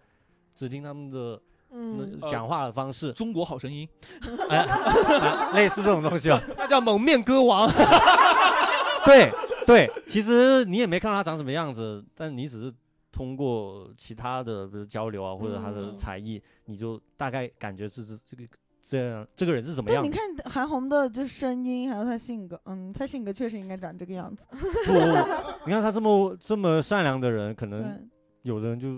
只听他们的
嗯，
那讲话的方式，
中国好声音，
哎哎 类似这种东西吧。
他叫蒙面歌王，
对对，其实你也没看到他长什么样子，但你只是通过其他的，比如交流啊，或者他的
嗯
才艺，你就大概感觉这这这个这样这个人是怎么
对，
样
你
的。
看韩红的就是声音，还有她性格，嗯，她性格确实应该长这个样子。
不， 你看他这么这么善良的人，可
对，
能有的人就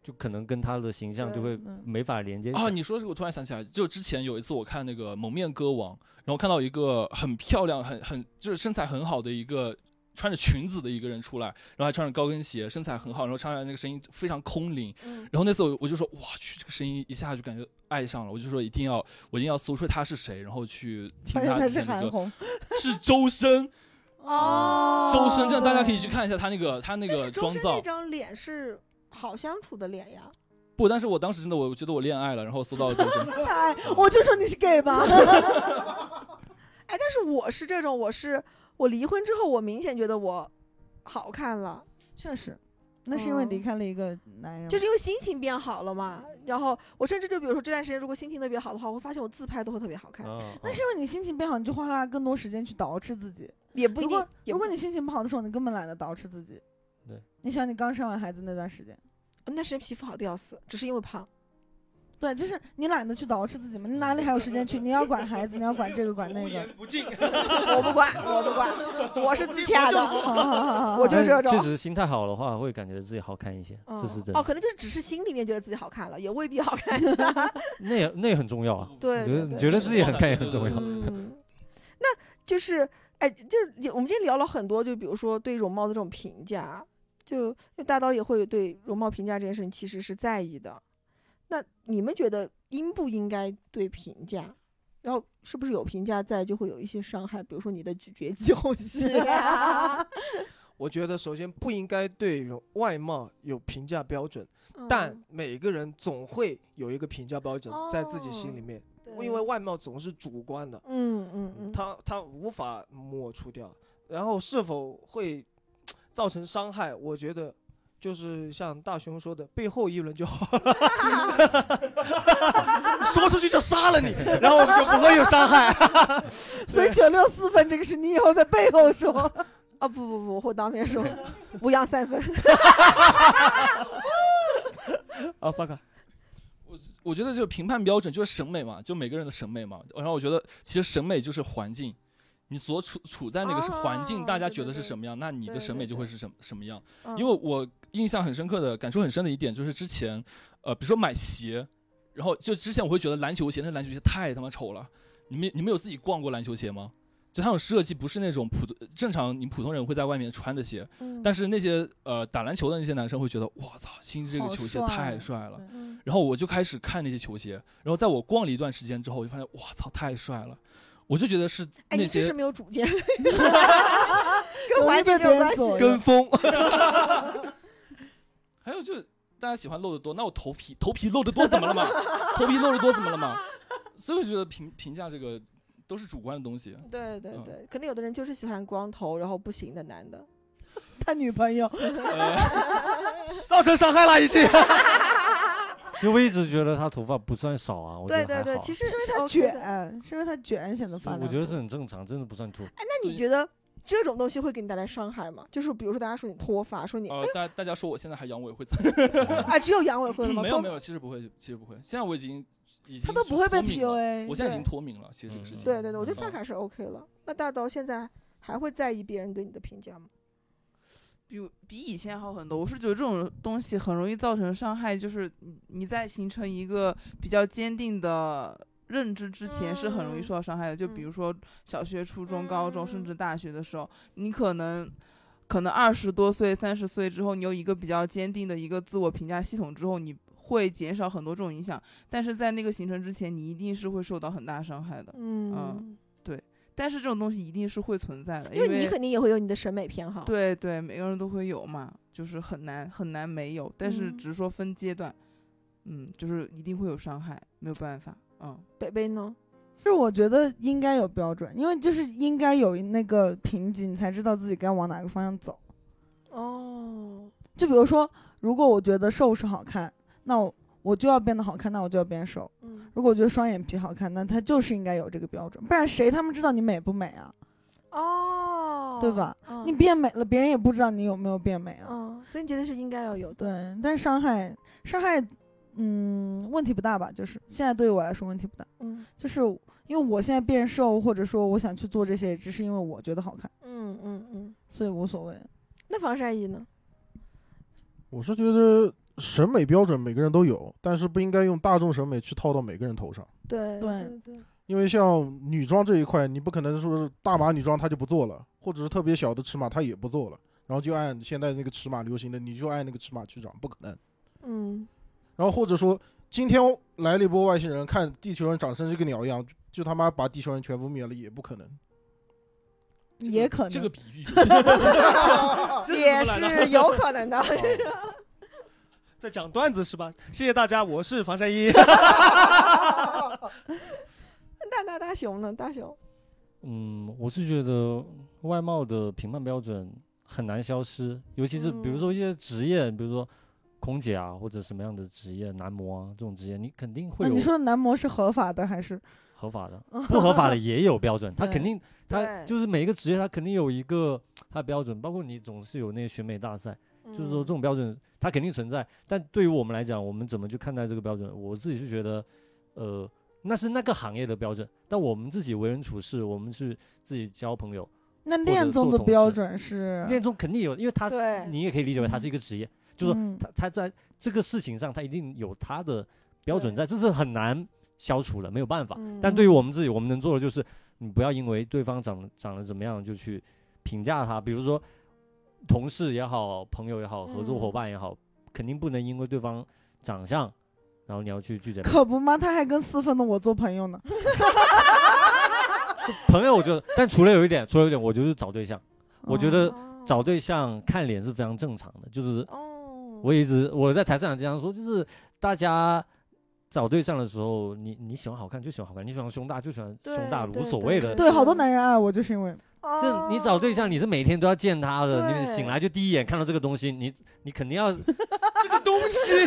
就可能跟他的形象就
对
会
嗯
没法连接起
啊，
来。
你说这个，我突然想起来，就之前有一次我看那个《蒙面歌王》，然后看到一个很漂亮、很很就是身材很好的一个穿着裙子的一个人出来，然后还穿着高跟鞋，身材很好，然后唱出来那个声音非常空灵。
嗯
然后那次我我就说，哇去，这个声音一下就感觉爱上了，我就说一定要我一定要搜出他是谁，然后去听
发现
他
她
之
是
前那
韩
个
红，
是周深，
哦，
周深，这样大家可以去
对。
看一下他那个他那
但
个
是周
妆
深
造
那。张脸是好相处的脸呀，
不，但是我当时真的我觉得我恋爱了，然后搜到了周深。
哎，我就说你是 gay 吧。
哎，但是我是这种，我是我离婚之后，我明显觉得我好看了，
确实，那是因为
嗯
离开了一个男人嘛，
嗯
就是因为心情变好了嘛。然后我甚至就比如说这段时间，如果心情特别好的话，我会发现我自拍都会特别好看，
啊，
那是因为你心情变好，你就花更多时间去捯饬自己。
也不一
如
定
果。
也
如
不
果你心情不好的时候，你根本懒得捯饬自己。你想，你刚生完孩子那段时间，
那时间皮肤好的要死，只是因为胖。
对，就是你懒得去捯饬自己嘛，你
嗯
哪里还有时间去？你要管孩子，你要管这个管那个。
不进。
我不管，我不管，我是自洽的，
好好好好好
我就这
但是确
种。
实心态好的话，会感觉自己好看一些，
嗯
这是真
哦，
的。
可能就是只是心里面觉得自己好看了，也未必好看。
那也那也很重要
嗯
啊。
对
你觉得
对对
你觉得自己很看也很重要。
嗯，那就是哎，就是有我们今天聊了很多，就比如说对容貌的这种评价，就就大刀也会对容貌评价这件事情其实是在意的。那你们觉得应不应该对评价？然后是不是有评价在就会有一些伤害？比如说你的咀嚼啊肌后期、
我觉得首先不应该对容外貌有评价标准，但每个人总会有一个评价标准在自己心里面，
嗯
因为外貌总是主观的，
嗯嗯嗯，
他他无法抹除掉。然后是否会造成伤害？我觉得就是像大雄说的，背后议论就好了， 说出去就杀了你，然后我们就不会有伤害。
所以九六四分这个是你以后在背后说，
啊不不不，我会当面说，无恙三分。
啊，发卡，
我觉得这个评判标准就是审美嘛，就每个人的审美嘛。然后我觉得其实审美就是环境，你所处处在那个是环境，
啊
大家
对
觉得
对
是
对
什么样，那你
对
的审
对
美就
对
会是什么什么样。
嗯
因为我印象很深刻的感触很深的一点就是之前，呃，比如说买鞋，然后就之前我会觉得篮球鞋，那篮球鞋太他妈丑了。你们你们有自己逛过篮球鞋吗？就它那种设计不是那种普通正常你普通人会在外面穿的鞋，
嗯
但是那些呃打篮球的那些男生会觉得，我操，新这个
好
球鞋
帅
太帅了。
对
嗯
然后我就开始看那些球鞋，然后在我逛了一段时间之后，我就发现，哇操，太帅了！我就觉得是
哎，
那
你真
些
是没有主见，跟
容
环
易被
境没
别
有
人
关系。
左右
跟风。
还有就是大家喜欢露的多，那我头皮头皮露的多怎 么了嘛？头皮露的多怎么了嘛？所以我觉得评评价这个都是主观的东西。
对对
嗯
对，可能有的人就是喜欢光头然后不行的男的。
他女朋友，
呃，
造成伤害了已 经。
其实我一直觉得他头发不算少啊，我觉
对
得
对
还
对，
好
其实啊
是因为
是
他
OK 的。
卷，是因为他卷显得发亮。
我觉得是很正常，真的不算秃。
哎那你觉得这种东西会给你带来伤害吗？就是比如说大家说你脱发，说你
呃，大大家说我现在还阳痿会怎
啊，只有阳痿会了吗？
嗯没有
脱
没有，其实不会，其实不会。现在我已经已经
他都
是
不会被
脱敏了
PUA。
我现在已经
对
脱敏了，其实这个事情。
对对对，我觉得
嗯
发卡是 OK 了。那大刀现在还会在意别人对你的评价吗？
比比以前好很多。我是觉得这种东西很容易造成伤害，就是你你在形成一个比较坚定的认知之前，是很容
嗯
易受到伤害的。就比如说小学、初中、高中，甚至大学的时候，你可能。可能二十多岁、三十岁之后，你有一个比较坚定的一个自我评价系统之后，你会减少很多这种影响。但是在那个形成之前，你一定是会受到很大伤害的。
嗯，
但是这种东西一定是会存在的，
因为你肯定也会有你的审美偏好。
对对，每个人都会有嘛，就是很难很难没有，但是
嗯
只是说分阶段，嗯就是一定会有伤害，没有办法，嗯，
北北呢？
就是我觉得应该有标准，因为就是应该有那个瓶颈，你才知道自己该往哪个方向走。
哦，
就比如说，如果我觉得瘦是好看，那我我就要变得好看，那我就要变瘦。
嗯，
如果我觉得双眼皮好看，那它就是应该有这个标准，不然谁他们知道你美不美啊？
哦，
对吧？
嗯、
你变美了，别人也不知道你有没有变美啊。
嗯，所以你觉得是应该要有的。
对，但伤害伤害，嗯，问题不大吧？就是现在对于我来说问题不大，
嗯
就是因为我现在变瘦，或者说我想去做这些，只是因为我觉得好看，
嗯嗯嗯。
所以无所谓。
那防晒衣呢？
我是觉得审美标准每个人都有，但是不应该用大众审美去套到每个人头上。
对
对
对，
因为像女装这一块，你不可能说是大码女装她就不做了，或者是特别小的尺码她也不做了，然后就按现在那个尺码流行的，你就按那个尺码去长，不可能。
嗯
然后或者说今天来了一波外星人，看地球人长成这个鸟样，就就他妈把地球人全部灭了也不可能。
这个
也可能
这个比喻有这是
也
怎么来
是有可能 的。
在哦讲段子是吧？谢谢大家，我是防 晒衣。
大大大熊呢？大熊，
嗯，我是觉得外貌的评判标准很难消失，尤其是比如
嗯
说一些职业，比如说空姐啊，或者什么样的职业，男模啊这种职业，你肯定会
那你
有
说的男模是合法的还是？
合法 的，不合法的也有标准，他
对
肯定他
对
就是每一个职业他肯定有一个他的标准，包括你总是有那个选美大赛，
嗯
就是说这种标准它肯定存在，但对于我们来讲，我们怎么去看待这个标准？我自己是觉得，呃，那是那个行业的标准，但我们自己为人处事，我们去自己交朋友，
那
者
恋综
做
的
同
标
事
准是，
恋综肯定有，因为它是
对
你也可以理解为它是一个职业，就是说
嗯
他他在这个事情上，他一定有他的标准在，这是很难消除的，没有办法。
嗯
但对于我们自己，我们能做的就是，你不要因为对方长长得怎么样就去评价他。比如说，同事也好，朋友也好，合作
嗯
伙伴也好，肯定不能因为对方长相，然后你要去拒绝他。
可不嘛，他还跟四分的我做朋友呢。
朋友，我觉得，但除了有一点，除了有一点，我就是找对象。我觉得
哦
找对象看脸是非常正常的，就是
哦，
我一直我在台上也经常说，就是大家找对象的时候，你你喜欢好看就喜欢好看，你喜欢胸大就喜欢胸大，
对
无所谓的。
对，好多男人爱我就是因为
哦
这你找对象，你是每天都要见他的，
对
你醒来就第一眼看到这个东西，你你肯定要就
这个东西，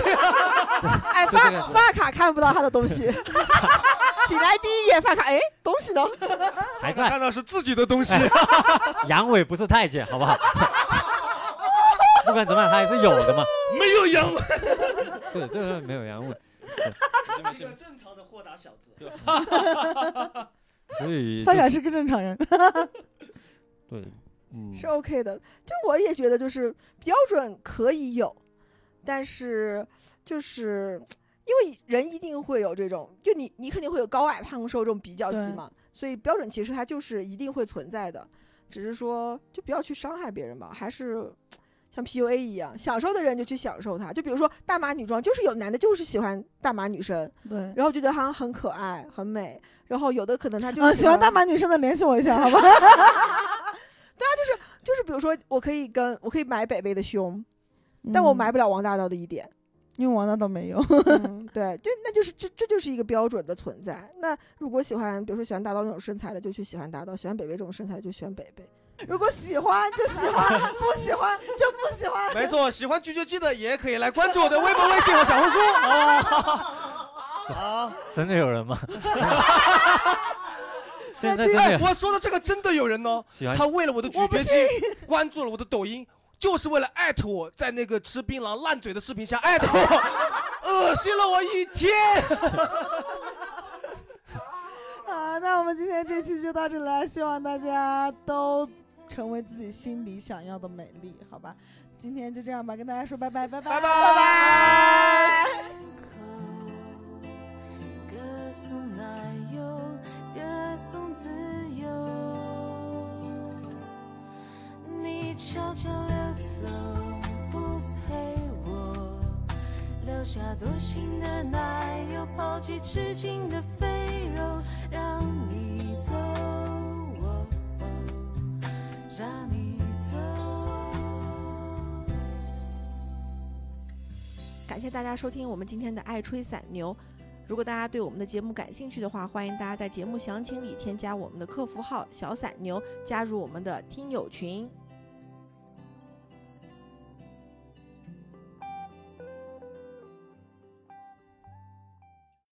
哎，
这
发
个
发卡看不到他的 东西，醒来第一眼发卡，哎，东西呢？
还在
看到是自己的东西，
阳痿不是太监，好不好？不管怎么样，他还是有的嘛。
没有阳痿。
对，这个没有阳痿，
没事没事
正常的豁达小子，
所以
发
就
卡是个正常人。
对，嗯，
是 OK 的。就我也觉得，就是标准可以有，但是就是因为人一定会有这种，就你你肯定会有高矮胖瘦这种比较级
对
嘛，所以标准其实它就是一定会存在的，只是说就不要去伤害别人吧，还是。像 PUA 一样，享受的人就去享受它。就比如说大码女装，就是有男的就是喜欢大码女生，
对，
然后觉得她很可爱、很美，然后有的可能他就
嗯，喜欢大码女生的联系我一下，好吧？
就是比如说，我可以跟我可以买北北的胸，但我买
嗯，
不了王大道的一点。
因为王大都没有。
嗯，对，就那就是这这就是一个标准的存在。那如果喜欢，比如说喜欢大道那种身材的，就去喜欢大道；喜欢北北这种身材的，就喜欢北北。
如果喜欢就喜欢，不喜欢就不喜欢。
没错，喜欢咀嚼鸡的也可以来关注我的微博、微信和小红书，好不好？啊！
真的有 人吗？ 现 在真的哎
哎，
有
我说的这个真的有人哦，
喜欢
他为了我的咀嚼鸡关注了我的抖音，就是为了艾特我在那个吃槟榔烂嘴的视频下艾特 我，恶心了我一天。
好，啊那我们今天这期就到这里了，希望大家都成为自己心里想要的美丽，好吧？今天就这样吧，跟大家说拜拜，拜拜，
拜拜拜。
歌颂奶油，歌颂自由。你悄悄溜走，不陪我，留下多情的奶油，抛弃痴情的肥肉，让你走，哦哦让你走。
感谢大家收听我们今天的《爱吹散牛》。如果大家对我们的节目感兴趣的话，欢迎大家在节目详情里添加我们的客服号“小散牛”，加入我们的听友群。